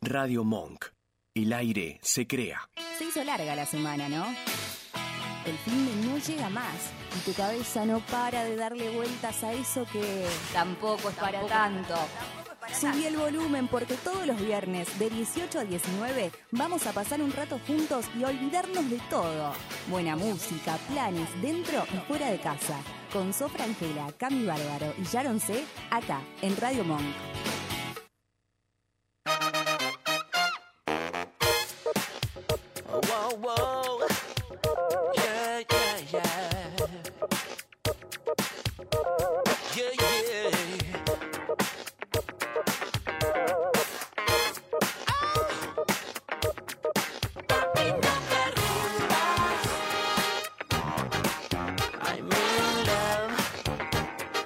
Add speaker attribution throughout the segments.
Speaker 1: Radio Monk. El aire se crea.
Speaker 2: Se hizo larga la semana, ¿no? El fin de no llega más y tu cabeza no para de darle vueltas a eso que
Speaker 3: Tampoco es para tanto.
Speaker 2: Subí el volumen porque todos los viernes de 18 a 19 vamos a pasar un rato juntos y olvidarnos de todo. Buena música, planes dentro y fuera de casa. Con Sofra Angela, Cami Bárbaro y Sharon C. acá en Radio Monk.
Speaker 4: Wow, wow. Yeah, yeah, yeah. Yeah, yeah. I'm in love.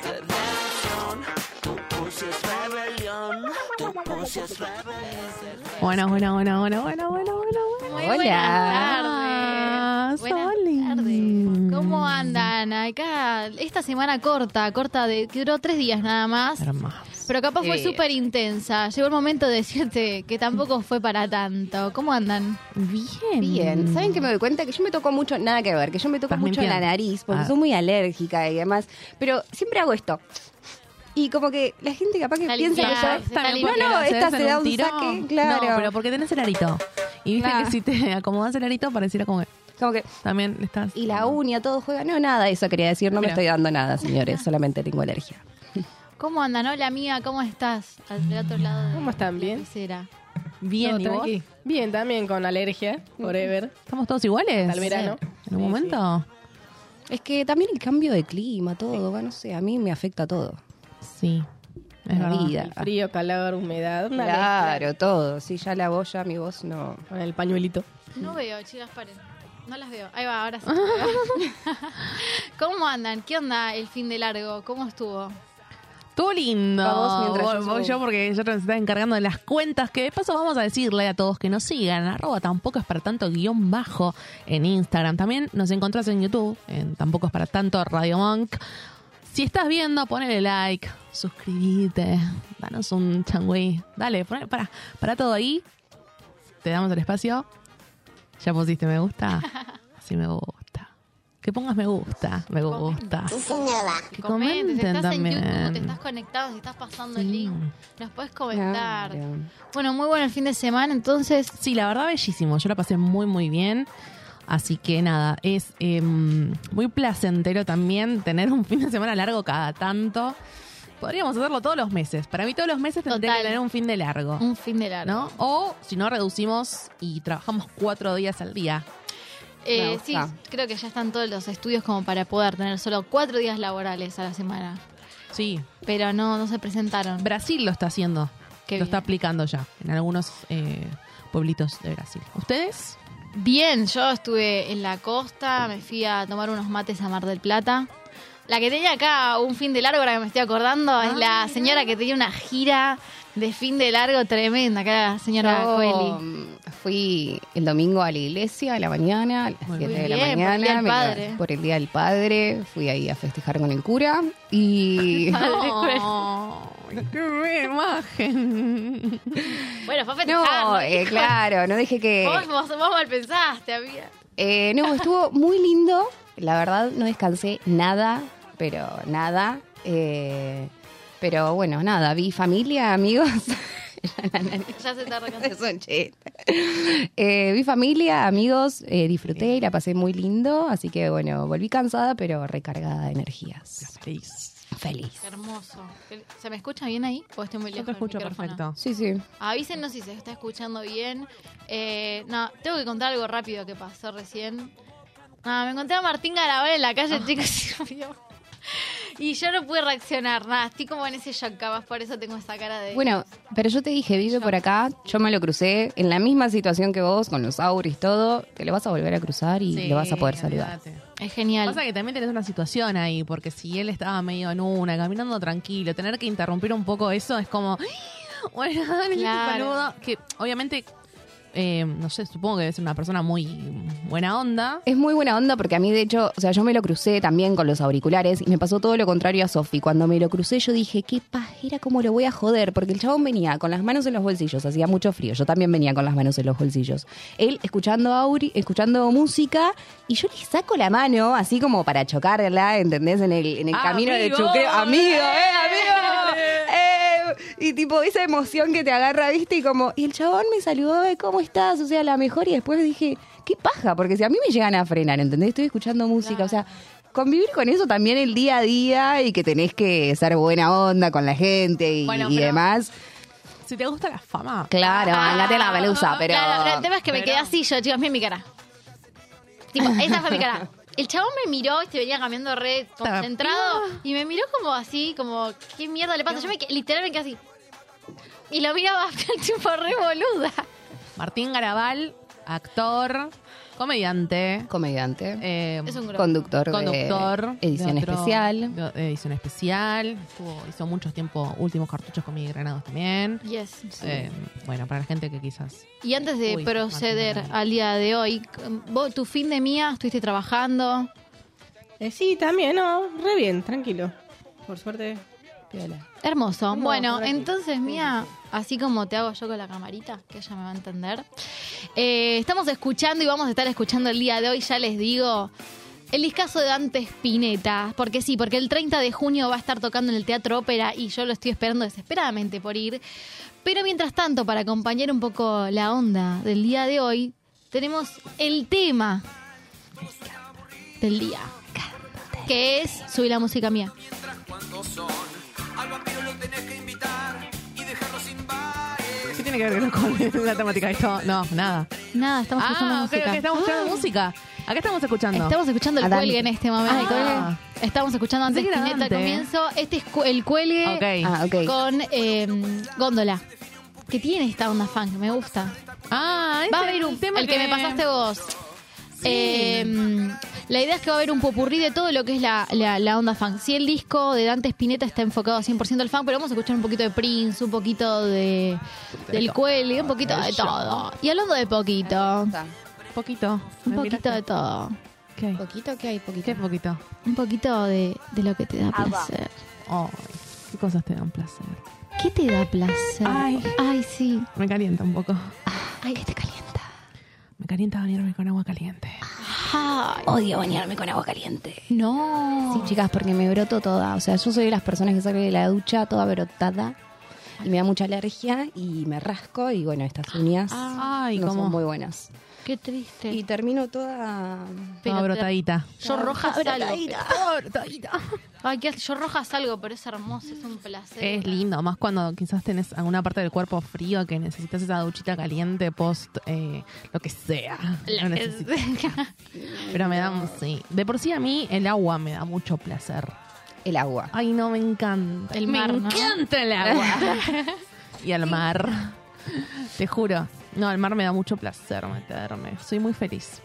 Speaker 4: Redemption. Tu pussy es rebelión. Tu pussy es rebelión.
Speaker 5: Bueno, bueno, bueno, bueno, bueno, bueno, bueno. bueno.
Speaker 6: Muy
Speaker 5: Hola.
Speaker 6: buenas tardes. Buenas
Speaker 5: Soli.
Speaker 6: tardes. ¿Cómo andan? Acá, esta semana corta, corta, de, que duró tres días nada más.
Speaker 5: Hermoso.
Speaker 6: Pero capaz fue
Speaker 3: Sí.
Speaker 6: súper intensa. Llegó el momento de decirte que tampoco fue para tanto. ¿Cómo andan?
Speaker 5: Bien.
Speaker 3: Bien, ¿saben que me doy cuenta? Que yo me toco mucho, nada que ver, que yo me toco
Speaker 5: Estás
Speaker 3: mucho en la
Speaker 5: limpiando.
Speaker 3: nariz, porque
Speaker 5: Ah.
Speaker 3: soy muy alérgica y demás, pero siempre hago esto. Y como que la gente capaz que
Speaker 6: Está
Speaker 3: piensa que
Speaker 6: limpiada,
Speaker 3: yo...
Speaker 6: está
Speaker 3: No,
Speaker 6: limpiada.
Speaker 3: no,
Speaker 5: Porque
Speaker 3: esta
Speaker 5: se
Speaker 3: se da un
Speaker 5: tiro.
Speaker 3: saque, claro.
Speaker 5: No, pero porque tenés el arito. Y viste
Speaker 3: Claro.
Speaker 5: que si te acomodas el arito, pareciera como que
Speaker 3: Como que...
Speaker 5: también estás.
Speaker 3: Y la uña, todo juega. No, nada, eso quería decir, no me
Speaker 5: Mira.
Speaker 3: estoy dando nada, señores, solamente tengo alergia.
Speaker 6: ¿Cómo andan? Hola, amiga, ¿cómo estás? Al del otro lado de
Speaker 7: ¿Cómo están?
Speaker 6: la
Speaker 7: ¿Bien?
Speaker 6: pecera.
Speaker 5: Bien,
Speaker 7: Todo
Speaker 5: ¿y vos?
Speaker 7: tranqui. Bien, también con alergia, forever.
Speaker 5: ¿Estamos todos iguales?
Speaker 7: Hasta el verano.
Speaker 5: ¿En un momento?
Speaker 3: Es que también el cambio de clima, todo, bueno, no sé, a mí me afecta todo.
Speaker 5: Sí. Es
Speaker 3: la
Speaker 5: verdad.
Speaker 3: vida.
Speaker 7: Frío, calor, humedad, una mezcla.
Speaker 3: Claro, todo. Sí, ya la voz, ya mi voz no.
Speaker 7: Con el pañuelito.
Speaker 6: No veo, chicas, paren. No las veo. Ahí va, ahora sí. ¿Cómo andan? ¿Qué onda el fin de largo? ¿Cómo estuvo?
Speaker 5: Estuvo lindo.
Speaker 3: Vamos mientras
Speaker 5: Voy-
Speaker 3: yo
Speaker 5: voy
Speaker 3: subo.
Speaker 5: yo porque yo te estaba encargando de las cuentas que de paso vamos a decirle a todos que nos sigan. Arroba tampoco es para tanto guión bajo en Instagram. También nos encontrás en YouTube, en tampoco es para tanto Radio Monk. Si estás viendo, ponele like, suscríbete, danos un changüí. Dale, ponele, para, para todo ahí. Te damos el espacio. Ya pusiste me gusta. Así me gusta. Que pongas me gusta, me gusta. Que
Speaker 6: Comenten, si
Speaker 5: comenten
Speaker 6: estás en YouTube, te
Speaker 5: también.
Speaker 6: estás conectado, si estás pasando
Speaker 5: Sí.
Speaker 6: el link, nos puedes comentar.
Speaker 3: Claro.
Speaker 6: Bueno, muy bueno el fin de semana, entonces.
Speaker 5: Sí, la verdad bellísimo. Yo la pasé muy, muy bien. Así que nada, es eh, muy placentero también tener un fin de semana largo cada tanto. Podríamos hacerlo todos los meses. Para mí todos los meses tendría que
Speaker 6: Total. Mm.
Speaker 5: tener un fin de largo.
Speaker 6: Un fin de largo.
Speaker 5: ¿No? O si no, reducimos y trabajamos cuatro días al día.
Speaker 6: Eh,
Speaker 3: Me gusta.
Speaker 6: sí, creo que ya están todos los estudios como para poder tener solo cuatro días laborales a la semana.
Speaker 5: Sí.
Speaker 6: Pero no, no se presentaron.
Speaker 5: Brasil lo está haciendo.
Speaker 6: Qué
Speaker 5: lo está
Speaker 6: bien.
Speaker 5: aplicando ya en algunos eh, pueblitos de Brasil. ¿Ustedes?
Speaker 6: Bien, yo estuve en la costa, me fui a tomar unos mates a Mar del Plata. La que tenía acá un fin de largo, ahora que me estoy acordando, es
Speaker 5: Ah,
Speaker 6: la señora que tenía una gira de fin de largo tremenda, acá la señora
Speaker 3: Yo,
Speaker 6: Coeli.
Speaker 3: mm, fui el domingo a la iglesia a la mañana, a las
Speaker 5: Muy
Speaker 3: 7
Speaker 6: bien.
Speaker 3: de la
Speaker 6: Bien, por el
Speaker 3: mañana,
Speaker 6: Día del
Speaker 3: me la-
Speaker 6: Padre.
Speaker 3: por el Día del Padre, fui ahí a festejar con el cura y
Speaker 5: Ay, ¡Qué buena imagen!
Speaker 6: Bueno, fue a festejar.
Speaker 3: no, eh,
Speaker 6: Hijo,
Speaker 3: claro, no dije que
Speaker 6: Vos, vos- vos mal pensaste, amiga.
Speaker 3: eh, no estuvo muy lindo, la verdad no descansé nada, pero nada, eh, pero bueno nada, vi familia, amigos,
Speaker 6: Ya se está
Speaker 3: Es
Speaker 6: recansando.
Speaker 3: un chiste. Eh, mi familia, amigos, eh, disfruté y la pasé muy lindo. Así que bueno, volví cansada, pero recargada de energías. Feliz.
Speaker 6: Hermoso. ¿Se me escucha bien ahí? ¿O estoy muy
Speaker 5: Yo
Speaker 6: lejos
Speaker 5: te
Speaker 6: del
Speaker 5: escucho
Speaker 6: micrófono?
Speaker 5: perfecto.
Speaker 3: Sí, sí.
Speaker 6: Avísenos si se está escuchando bien. Eh, no, tengo que contar algo rápido que pasó recién. Nada, me encontré a Martín Garabal en la calle,
Speaker 5: Ah.
Speaker 6: chicos. y me vio. Y yo no pude reaccionar, nada. Estoy como en ese shock, capaz por eso tengo esa cara de...
Speaker 3: Bueno, pero yo te dije, vive por acá. Yo me lo crucé en la misma situación que vos, con los auris, todo. Te lo vas a volver a cruzar y lo vas a poder saludar.
Speaker 6: es genial.
Speaker 5: Pasa que también tenés una situación ahí, porque si él estaba medio en una, caminando tranquilo, tener que interrumpir un poco eso es como. "Ay, Bueno, dale, yo te
Speaker 6: Claro.
Speaker 5: saludo", Que obviamente eh, no sé, supongo que es una persona muy buena onda.
Speaker 3: Es muy buena onda porque a mí, de hecho, o sea, yo me lo crucé también con los auriculares y me pasó todo lo contrario a Sofi. Cuando me lo crucé, yo dije, qué pajera, cómo lo voy a joder, porque el chabón venía con las manos en los bolsillos, hacía mucho frío. Yo también venía con las manos en los bolsillos. Él escuchando auri, escuchando música y yo le saco la mano, así como para chocarla, ¿entendés? En el, en el camino
Speaker 5: Amigo.
Speaker 3: de chucreo. Amigo, eh, amigo. Eh, y tipo esa emoción que te agarra, viste, y como, y el chabón me saludó, "Ay, ¿cómo estás? O sea, la mejor, y después dije, qué paja, porque si a mí me llegan a frenar, ¿entendés? Estoy escuchando música, o sea, convivir con eso también el día a día y que tenés que ser buena onda con la gente y,
Speaker 5: Bueno,
Speaker 3: y
Speaker 5: pero- Ah.
Speaker 3: demás.
Speaker 5: Si te gusta la fama.
Speaker 3: Claro,
Speaker 6: Ah,
Speaker 3: andate la pelusa, pero...
Speaker 6: Claro, pero el tema es que me
Speaker 5: pero-
Speaker 6: quedé así, yo, chicos, miren mi cara. Tipo, esa fue mi cara. El chabón me miró y se venía cambiando re concentrado y me miró como así, como, ¿qué mierda le pasa? Yo me que- literal me quedé así. Y lo miraba tipo re boluda.
Speaker 5: Martín Garabal, actor, comediante.
Speaker 3: Comediante.
Speaker 5: eh,
Speaker 6: Es un grosso.
Speaker 3: Conductor, de
Speaker 5: conductor
Speaker 3: edición
Speaker 5: de otro-
Speaker 3: especial.
Speaker 5: de- de edición especial Estuvo- hizo muchos tiempos últimos cartuchos con mi granados también
Speaker 6: Yes.
Speaker 5: Eh, bueno para la gente que quizás
Speaker 6: Y antes de
Speaker 5: Uy,
Speaker 6: proceder
Speaker 5: Martín.
Speaker 6: al día de hoy, vos, tu fin de mía, estuviste trabajando.
Speaker 7: Eh, sí, también, no, re bien, tranquilo. Por suerte.
Speaker 3: Piola.
Speaker 6: Hermoso.
Speaker 7: No,
Speaker 6: bueno,
Speaker 7: por aquí.
Speaker 6: entonces, mía, así como te hago yo con la camarita, que ella me va a entender. eh, estamos escuchando y vamos a estar escuchando el día de hoy, ya les digo. El discazo de Dante Spinetta, porque sí, porque el 30 de junio va a estar tocando en el Teatro Ópera y yo lo estoy esperando desesperadamente por ir. Pero mientras tanto, para acompañar un poco la onda del día de hoy, tenemos el tema del día, que es Subí la música mía.
Speaker 5: ¿Qué tiene que ver con la temática de esto? No, nada.
Speaker 6: Nada, estamos escuchando
Speaker 5: ah, ok,
Speaker 6: música.
Speaker 5: ok, estamos escuchando música. Acá estamos escuchando.
Speaker 6: Estamos escuchando el
Speaker 3: A Dante.
Speaker 6: cuelgue en este momento.
Speaker 5: Ah, el cuelgue.
Speaker 6: Estamos escuchando antes
Speaker 5: Pensé que era
Speaker 6: Spinetta al
Speaker 5: Dante.
Speaker 6: comienzo. Este es cu- el cuelgue
Speaker 5: Ok.
Speaker 3: Ah, ok.
Speaker 6: con eh, Góndola. Que tiene esta onda funk, me gusta.
Speaker 5: Ah, ese
Speaker 6: Va a haber
Speaker 5: es
Speaker 6: un el que me pasaste vos. Eh, la idea es que va a haber un popurrí de todo lo que es la, la- la onda funk. Sí, el disco de Dante Spinetta está enfocado 100% al funk, pero vamos a escuchar un poquito de Prince, un poquito de del cuelgue, un poquito de todo. Y hablando de poquito,
Speaker 5: Poquito.
Speaker 6: un
Speaker 5: ¿Me
Speaker 6: poquito de
Speaker 5: miraste?
Speaker 6: todo.
Speaker 5: ¿Qué?
Speaker 3: Poquito que hay, poquito.
Speaker 5: ¿Qué poquito?
Speaker 6: Un poquito de, de lo que te da placer.
Speaker 5: Ay, qué cosas te dan placer.
Speaker 6: ¿Qué te da placer?
Speaker 5: Ay.
Speaker 6: sí.
Speaker 5: Me calienta un poco.
Speaker 6: Ay, te calienta.
Speaker 5: Me calienta bañarme con agua caliente.
Speaker 6: Ay,
Speaker 3: Odio bañarme con agua caliente.
Speaker 6: no.
Speaker 3: Sí, chicas, porque me broto toda. O sea, yo soy de las personas que sale de la ducha toda brotada y me da mucha alergia y me rasco y bueno, estas uñas
Speaker 5: Ay,
Speaker 3: no
Speaker 5: cómo.
Speaker 3: son muy buenas.
Speaker 6: Qué triste.
Speaker 3: Y termino toda...
Speaker 6: Pero
Speaker 5: Toda
Speaker 6: te-
Speaker 5: brotadita.
Speaker 6: Yo roja salgo. pero-
Speaker 5: Toda brotadita.
Speaker 6: Ay, qué- yo roja salgo, pero es hermoso, es un placer.
Speaker 5: Es lindo, más cuando quizás tenés alguna parte del cuerpo frío que necesitas esa duchita caliente post eh, lo que sea.
Speaker 6: La-
Speaker 5: Lo necesitas. Pero me da, sí. De por sí a mí el agua me da mucho placer.
Speaker 3: El agua.
Speaker 5: Ay, no, me encanta.
Speaker 6: El
Speaker 5: me
Speaker 6: mar, ¿no?
Speaker 5: encanta el agua. y el mar. Te juro. No, el mar me da mucho placer meterme. Soy muy feliz.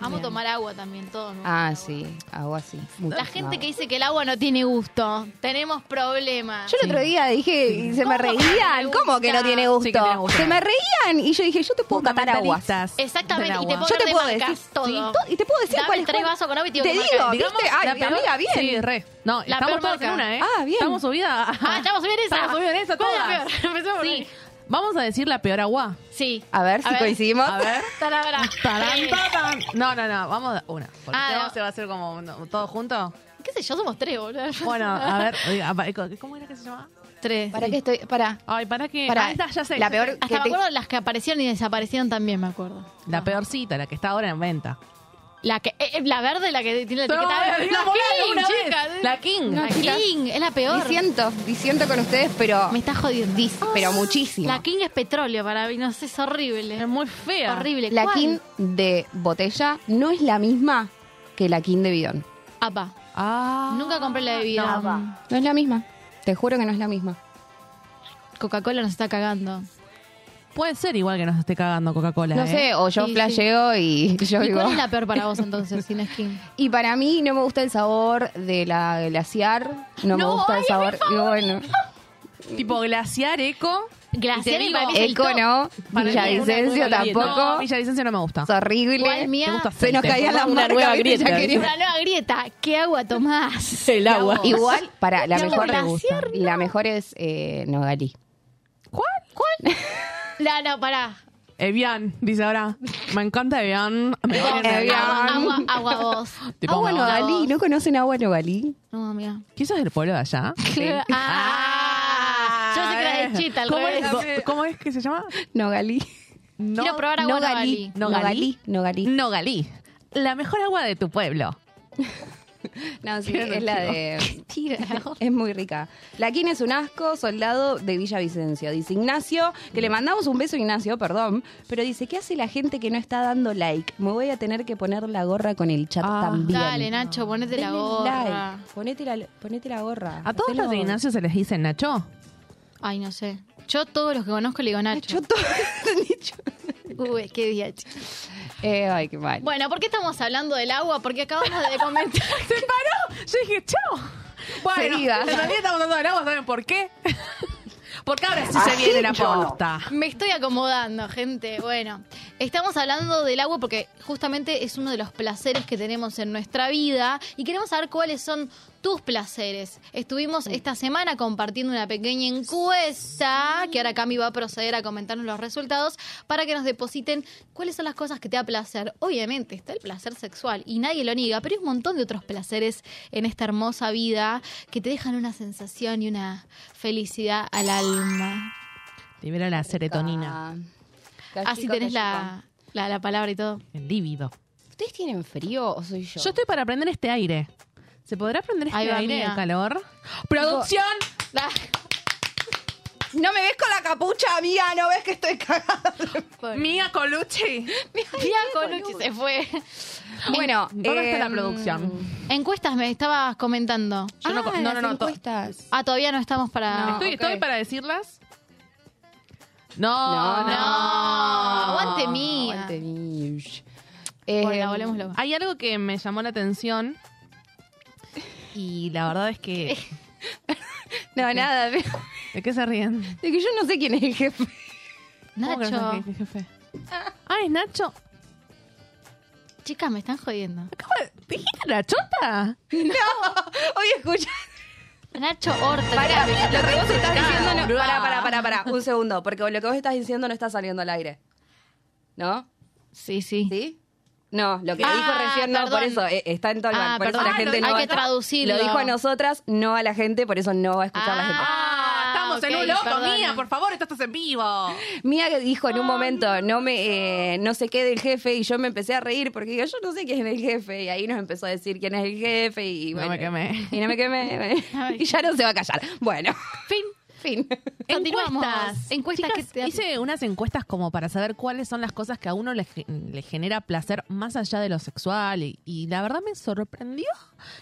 Speaker 6: Vamos a tomar agua también, todos. ¿no?
Speaker 3: Ah, sí, agua sí.
Speaker 6: La gente que dice que el agua no tiene gusto, tenemos problemas.
Speaker 3: Yo el otro día dije, y se
Speaker 6: ¿Cómo
Speaker 3: me
Speaker 6: que
Speaker 3: reían,
Speaker 6: te
Speaker 3: ¿cómo que no
Speaker 6: gusta?
Speaker 3: tiene gusto?
Speaker 5: Sí que tiene gusto.
Speaker 3: Se me reían y yo dije, yo te puedo catar aguas.
Speaker 5: Fundamentalistas del
Speaker 6: Exactamente, y te
Speaker 5: agua.
Speaker 6: puedo
Speaker 3: Yo te
Speaker 6: de
Speaker 3: puedo
Speaker 6: marcas,
Speaker 3: decir
Speaker 6: todo.
Speaker 3: sí, to- y te puedo decir
Speaker 6: Dame
Speaker 3: cuál es
Speaker 6: tres
Speaker 3: cuál.
Speaker 6: vasos con agua y te
Speaker 3: te
Speaker 6: digo qué marca
Speaker 3: digo,
Speaker 6: es.
Speaker 3: ¿viste? Ay,
Speaker 5: peor-
Speaker 3: amiga, bien.
Speaker 5: Sí, re. No,
Speaker 6: La
Speaker 5: estamos
Speaker 6: peor
Speaker 5: todas en
Speaker 6: marca.
Speaker 5: una, ¿eh?
Speaker 3: Ah, bien.
Speaker 5: Estamos subidas.
Speaker 6: Ah, estamos subidas en esa.
Speaker 5: Estamos subidas en esa
Speaker 6: ¿Cuál es la
Speaker 5: todas.
Speaker 6: peor? Empecemos por
Speaker 5: Sí.
Speaker 6: ahí.
Speaker 5: Vamos a decir la peor agua.
Speaker 6: Sí.
Speaker 3: A ver si coincidimos.
Speaker 5: A ver.
Speaker 6: Tarabra.
Speaker 5: Tarán,
Speaker 6: Sí.
Speaker 5: tarán. No, no, no. Vamos a una. Porque
Speaker 6: Ah,
Speaker 5: si no,
Speaker 6: no.
Speaker 5: se va a hacer como no, todo junto.
Speaker 6: ¿Qué sé yo? Somos tres, boludo.
Speaker 5: Bueno, a ver. oiga, pa- ¿Cómo era que se llamaba?
Speaker 6: Tres.
Speaker 3: ¿Para qué estoy? Para.
Speaker 5: Ay, para que.
Speaker 3: Para.
Speaker 5: ah, esta ya sé. ya
Speaker 3: La
Speaker 5: sé.
Speaker 3: peor que
Speaker 6: Hasta me
Speaker 3: te-
Speaker 6: acuerdo de las que aparecieron y desaparecieron también, me acuerdo.
Speaker 5: La peorcita, la que está ahora en venta.
Speaker 6: La que eh, eh, la verde, la que tiene la
Speaker 5: No,
Speaker 6: etiqueta
Speaker 5: la
Speaker 6: verde.
Speaker 5: digamos alguna vez. La King.
Speaker 6: La
Speaker 5: No,
Speaker 3: chicas.
Speaker 6: King, es la peor.
Speaker 3: Diciendo, diciendo con ustedes, pero
Speaker 6: Me está jodiendo.
Speaker 3: pero muchísimo.
Speaker 6: La King es petróleo para mí, no sé, es horrible.
Speaker 5: Es muy fea.
Speaker 6: horrible.
Speaker 3: La
Speaker 6: ¿Cuál?
Speaker 3: kin de botella no es la misma que la kin de bidón.
Speaker 6: Apa.
Speaker 5: Ah.
Speaker 6: Nunca compré la bebida. Mm.
Speaker 3: No es la misma. Te juro que no es la misma.
Speaker 6: Coca-Cola nos está cagando.
Speaker 5: Puede ser igual que nos esté cagando Coca-Cola.
Speaker 3: No
Speaker 5: ¿eh?
Speaker 3: sé, o yo
Speaker 6: Sí, sí.
Speaker 3: flasheo y yo
Speaker 6: ¿Y
Speaker 3: digo.
Speaker 6: cuál es la peor para vos entonces, sin skin?
Speaker 3: Y para mí no me gusta el sabor de la glaciar. No, me
Speaker 6: No,
Speaker 3: gusta
Speaker 6: ay,
Speaker 3: el
Speaker 6: es
Speaker 3: sabor. Y bueno.
Speaker 5: Tipo glaciar eco.
Speaker 6: Graciela
Speaker 5: Y te
Speaker 6: y
Speaker 5: digo,
Speaker 6: Vanessa
Speaker 3: El
Speaker 6: del Top.
Speaker 5: Para
Speaker 3: cono,
Speaker 5: mí es una
Speaker 3: Villavicencio
Speaker 7: nueva
Speaker 5: No,
Speaker 3: tampoco.
Speaker 5: Villavicencio no me gusta.
Speaker 3: Es horrible.
Speaker 6: ¿Cuál mía?
Speaker 5: Me gusta
Speaker 3: Se nos
Speaker 5: aceite.
Speaker 3: caía la
Speaker 8: Una
Speaker 3: marca,
Speaker 8: nueva
Speaker 3: ¿viste? Ya
Speaker 8: grieta,
Speaker 3: quería-
Speaker 6: Una nueva grieta. ¿Qué agua tomás?
Speaker 8: El agua.
Speaker 6: Vos.
Speaker 3: Igual, para la
Speaker 6: No,
Speaker 3: mejor
Speaker 6: la sierra.
Speaker 3: la mejor es eh, Nogalí.
Speaker 5: ¿Cuál?
Speaker 6: No, no, pará.
Speaker 5: Evian, dice ahora. Me encanta Evian. Me encanta
Speaker 3: Evian.
Speaker 6: Agua, agua vos.
Speaker 5: Tipo,
Speaker 3: Agua
Speaker 5: me gusta.
Speaker 3: Ah, Nogalí, ¿no conocen agua Nogalí?
Speaker 6: No, amiga.
Speaker 5: ¿Qué sos del pueblo de allá?
Speaker 6: Ah, yo sé que era de chita, al
Speaker 5: ¿Cómo
Speaker 6: revés.
Speaker 5: Es, ¿Cómo es que se llama?
Speaker 3: Nogalí.
Speaker 5: No,
Speaker 6: Quiero probar agua Nogalí.
Speaker 5: Nogalí.
Speaker 3: Nogalí.
Speaker 5: Nogalí. La mejor agua de tu pueblo.
Speaker 3: No, sí,
Speaker 5: Qué
Speaker 3: es la de.
Speaker 6: Tira.
Speaker 3: Es muy rica. La quien es un asco, soldado de Villavicencio. Dice Ignacio, que le mandamos un beso, Ignacio, perdón. Pero dice: ¿Qué hace la gente que no está dando like? Me voy a tener que poner la gorra con el chat
Speaker 5: Ah.
Speaker 3: también.
Speaker 6: Dale, Nacho, ponete la
Speaker 3: Denle
Speaker 6: gorra.
Speaker 3: like. Ponete la, ponete la gorra.
Speaker 5: ¿A todos
Speaker 3: Hacelo-
Speaker 5: los de Ignacio se les dice Nacho?
Speaker 6: Ay, no sé. Yo todos los que conozco le digo Nacho.
Speaker 3: Yo todo- Nacho.
Speaker 6: Uy, qué día. chico.
Speaker 3: Eh, ay, qué mal.
Speaker 6: Bueno, ¿por qué estamos hablando del agua? Porque acabamos de comentar.
Speaker 5: ¡Se paró! Yo dije, chao. Bueno,
Speaker 3: Se iba.
Speaker 5: en realidad estamos dando el agua, ¿saben por qué? Porque ahora sí se viene la posta.
Speaker 6: Me estoy acomodando, gente. Bueno, estamos hablando del agua porque justamente es uno de los placeres que tenemos en nuestra vida y queremos saber cuáles son tus placeres. Estuvimos esta semana compartiendo una pequeña encuesta que ahora Cami va a proceder a comentarnos los resultados para que nos depositen cuáles son las cosas que te da placer. Obviamente está el placer sexual y nadie lo niega, pero hay un montón de otros placeres en esta hermosa vida que te dejan una sensación y una felicidad al alma.
Speaker 5: Libera la serotonina.
Speaker 3: Ah,
Speaker 6: Así Ah, tenés la, la, la palabra y todo.
Speaker 5: El líbido.
Speaker 3: ¿Ustedes tienen frío o soy yo?
Speaker 5: Yo estoy para prender este aire. ¿Se podrá prender este
Speaker 6: Ahí va,
Speaker 5: aire de
Speaker 6: mía.
Speaker 5: calor? ¡Producción!
Speaker 6: La-
Speaker 3: No me ves con la capucha, amiga, no ves que estoy cagada.
Speaker 5: Mía Colucci.
Speaker 6: Mira, Colucci se fue.
Speaker 3: Bueno,
Speaker 5: ¿Dónde está la
Speaker 3: em,
Speaker 5: producción?
Speaker 6: Encuestas me estabas comentando.
Speaker 5: Yo no,
Speaker 3: ah,
Speaker 5: no, no,
Speaker 3: las
Speaker 5: no, to-
Speaker 3: encuestas.
Speaker 6: Ah, todavía no estamos para.
Speaker 3: No.
Speaker 5: estoy,
Speaker 3: ok.
Speaker 5: estoy para decirlas. No,
Speaker 3: No.
Speaker 5: no.
Speaker 6: No, aguante Eh, mía.
Speaker 3: Aguante mí.
Speaker 6: Hola,
Speaker 3: Em,
Speaker 6: volvemos loco.
Speaker 5: Hay algo que me llamó la atención. Y la verdad es que.
Speaker 3: No, nada, de
Speaker 5: ¿De qué se ríen?
Speaker 3: de que yo no sé quién es el jefe.
Speaker 5: ¿Cómo que no
Speaker 6: Nacho.
Speaker 5: sabes qué es jefe? Ah, es Nacho.
Speaker 6: Chicas, me están jodiendo.
Speaker 5: ¿Cómo? ¿Dijiste Nachota?
Speaker 3: Hoy escucha.
Speaker 6: Nacho Horta.
Speaker 3: Pará,
Speaker 6: chicas,
Speaker 3: lo que vos estás diciendo no.
Speaker 5: boluda.
Speaker 3: Pará, pará, pará, pará. Un segundo, porque lo que vos estás diciendo no está saliendo al aire. ¿No?
Speaker 6: Sí, sí.
Speaker 3: ¿Sí? No, lo que
Speaker 6: Ah,
Speaker 3: dijo recién no, por
Speaker 6: perdón.
Speaker 3: eso eh, está en todo el
Speaker 6: Ah,
Speaker 3: por eso
Speaker 6: perdón.
Speaker 3: la gente
Speaker 6: Ah, lo-
Speaker 3: no
Speaker 6: hay
Speaker 3: va-
Speaker 6: que traducirlo.
Speaker 3: Lo dijo a nosotras, no a la gente, por eso no va a escuchar la gente.
Speaker 5: Ah, estamos en
Speaker 6: ok,
Speaker 5: un loco,
Speaker 6: perdón.
Speaker 5: mía, por favor, esto estás en vivo.
Speaker 3: Mía que dijo en un momento, no me eh, no sé qué del jefe, y yo me empecé a reír porque digo, yo no sé quién es el jefe, y ahí nos empezó a decir quién es el jefe, y
Speaker 5: No
Speaker 3: bueno,
Speaker 5: me quemé.
Speaker 3: Y no me quemé,
Speaker 6: Ay.
Speaker 3: y ya no se va a callar. Bueno,
Speaker 6: Fin.
Speaker 3: fin.
Speaker 6: Continuamos.
Speaker 5: Encuestas.
Speaker 6: Encuestas
Speaker 5: Chicas,
Speaker 6: que te-
Speaker 5: hice unas encuestas como para saber cuáles son las cosas que a uno le, ge- le genera placer más allá de lo sexual. Y, y la verdad me sorprendió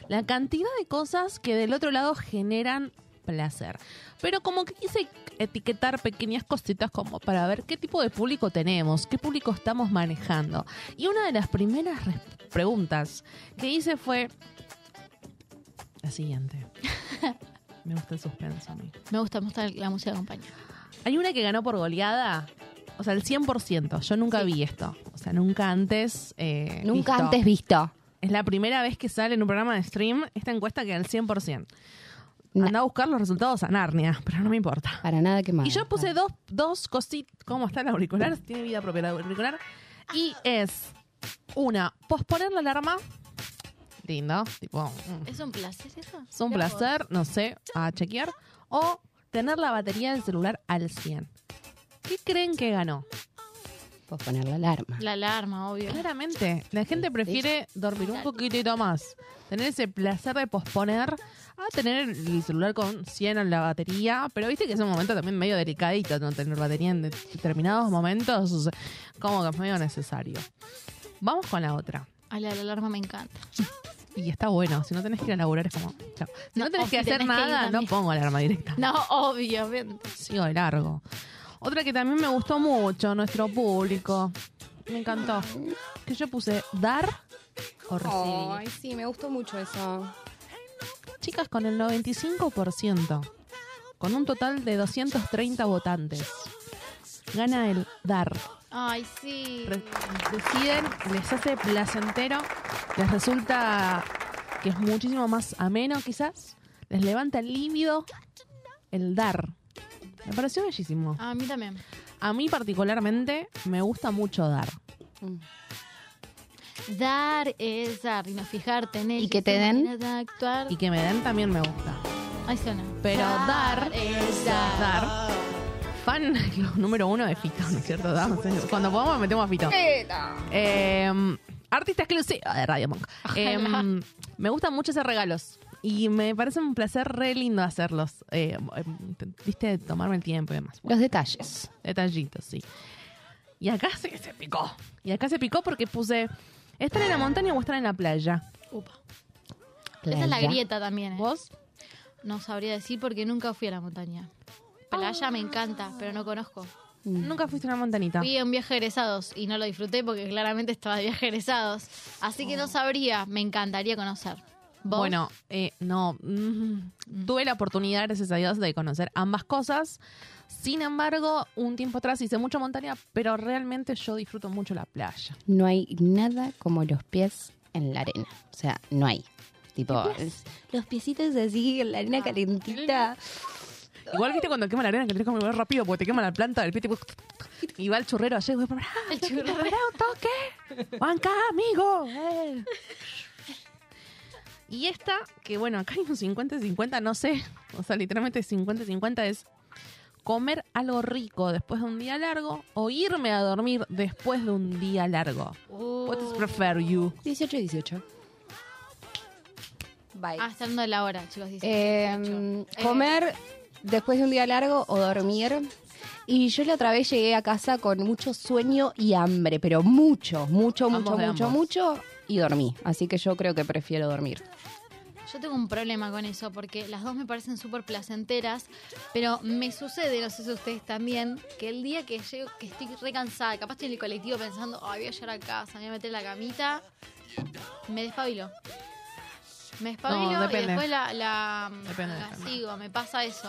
Speaker 5: la cantidad de cosas que del otro lado generan placer. Pero como que quise etiquetar pequeñas cositas como para ver qué tipo de público tenemos, qué público estamos manejando. Y una de las primeras res- preguntas que hice fue la siguiente. Me gusta el suspenso a mí.
Speaker 6: Me gusta, me gusta la música de compañía.
Speaker 5: Hay una que ganó por goleada. O sea, el 100%. Yo nunca vi esto. O sea, nunca antes. eh,
Speaker 3: Nunca
Speaker 5: visto.
Speaker 3: antes visto.
Speaker 5: Es la primera vez que sale en un programa de stream esta encuesta que al 100%. Andá a buscar los resultados a Narnia, pero no me importa.
Speaker 3: Para nada que más.
Speaker 5: Y yo puse dos, dos cositas. ¿Cómo está el auricular? Tiene vida propia el auricular. Y es una, posponer la alarma. Lindo. Tipo, mm,
Speaker 6: ¿Es un placer eso?
Speaker 5: es un placer, no sé, a chequear. O tener la batería del celular al 100. ¿Qué creen que ganó?
Speaker 3: Puedes poner la alarma.
Speaker 6: La alarma, obvio.
Speaker 5: Claramente, la gente prefiere dormir un poquitito más, tener ese placer de posponer a tener el celular con 100 en la batería, pero viste que es un momento también medio delicadito no tener batería en de- determinados momentos, o sea, como que es medio necesario. Vamos con la otra.
Speaker 6: Ay, Ah, la, la alarma me encanta.
Speaker 5: Y está bueno, si no tenés que ir a laburar es como... chao. Si no,
Speaker 6: No,
Speaker 5: tenés
Speaker 6: o
Speaker 5: que
Speaker 6: si
Speaker 5: hacer
Speaker 6: tenés que ir
Speaker 5: nada, no
Speaker 6: también.
Speaker 5: pongo alarma directa.
Speaker 6: No, obviamente.
Speaker 5: Sigo de largo. Otra que también me gustó mucho, nuestro público. Me encantó. Que yo puse dar o
Speaker 3: Ah.
Speaker 5: recibir.
Speaker 3: Ay, sí, me gustó mucho eso.
Speaker 5: Chicas, con el 95% con un total de 230 votantes. Gana el dar.
Speaker 6: Ay, sí.
Speaker 5: Re- deciden, les hace placentero, les resulta que es muchísimo más ameno quizás, les levanta el líbido, el dar. Me pareció bellísimo.
Speaker 6: A mí también.
Speaker 5: A mí particularmente me gusta mucho dar.
Speaker 6: Dar es dar y no fijarte en él.
Speaker 3: Y que te den.
Speaker 6: De actuar.
Speaker 5: Y que me den también me gusta.
Speaker 6: Ahí suena.
Speaker 5: Pero dar
Speaker 6: es dar.
Speaker 5: Dar. Fan número uno de Fito, ¿no es cierto? Damos eso. Cuando podamos metemos a Fito. Eh, artista exclusiva de Radio Monk. Eh, me gustan mucho hacer regalos. Y me parece un placer re lindo hacerlos. Eh, em, te- Viste, tomarme el tiempo y demás.
Speaker 3: Los detalles.
Speaker 5: Detallitos, sí. Y acá sí que se picó. Y acá se picó porque puse, ¿estar en la montaña o estar en la playa?
Speaker 6: Upa. Esa es la
Speaker 3: Playa.
Speaker 6: grieta también. ¿eh?
Speaker 5: ¿Vos?
Speaker 6: No sabría decir porque nunca fui a la montaña. Playa me encanta, pero no conozco.
Speaker 5: Nunca fuiste a una montañita.
Speaker 6: Fui a un viaje de egresados y no lo disfruté porque claramente estaba de viaje de egresados. Así que no sabría, me encantaría conocer. ¿Vos?
Speaker 5: Bueno, eh, no. mm, tuve la oportunidad, gracias a Dios, de conocer ambas cosas. Sin embargo, un tiempo atrás hice mucha montaña, pero realmente yo disfruto mucho la playa.
Speaker 3: No hay nada como los pies en la arena. O sea, no hay. Tipo, es- los piecitos así en la arena calentita.
Speaker 5: Igual viste cuando quema la arena que tenés que mover rápido porque te quema la planta del pie. tipo, y va el churrero allá y digo, pará,
Speaker 6: El
Speaker 5: toque,
Speaker 6: churrero.
Speaker 5: pará un toque. Banca, amigo. eh". Y esta, que bueno, acá hay un 50-50, no sé. O sea, literalmente 50-50 es comer algo rico después de un día largo o irme a dormir después de un día largo.
Speaker 6: Uh,
Speaker 5: What is prefer you?
Speaker 3: 18 y 18. Bye.
Speaker 6: ah, está dando la hora, chicos. dice.
Speaker 5: Em,
Speaker 3: Eh,
Speaker 6: Eh,
Speaker 3: comer después de un día largo o dormir. Y yo la otra vez llegué a casa con mucho sueño y hambre, pero mucho, mucho, mucho,
Speaker 5: Ambos de
Speaker 3: mucho,
Speaker 5: ambos.
Speaker 3: mucho. Y dormí. Así que yo creo que prefiero dormir.
Speaker 6: Yo tengo un problema con eso porque las dos me parecen súper placenteras, pero me sucede, no sé si ustedes también, que el día que llego, que estoy re cansada, capaz estoy en el colectivo pensando, ay, voy a llegar a casa, me voy a meter en la camita, me despabilo. Me
Speaker 5: No,
Speaker 6: despabilo y
Speaker 5: depende.
Speaker 6: después la, la-
Speaker 5: Depende,
Speaker 6: la
Speaker 5: depende.
Speaker 6: sigo, me pasa eso.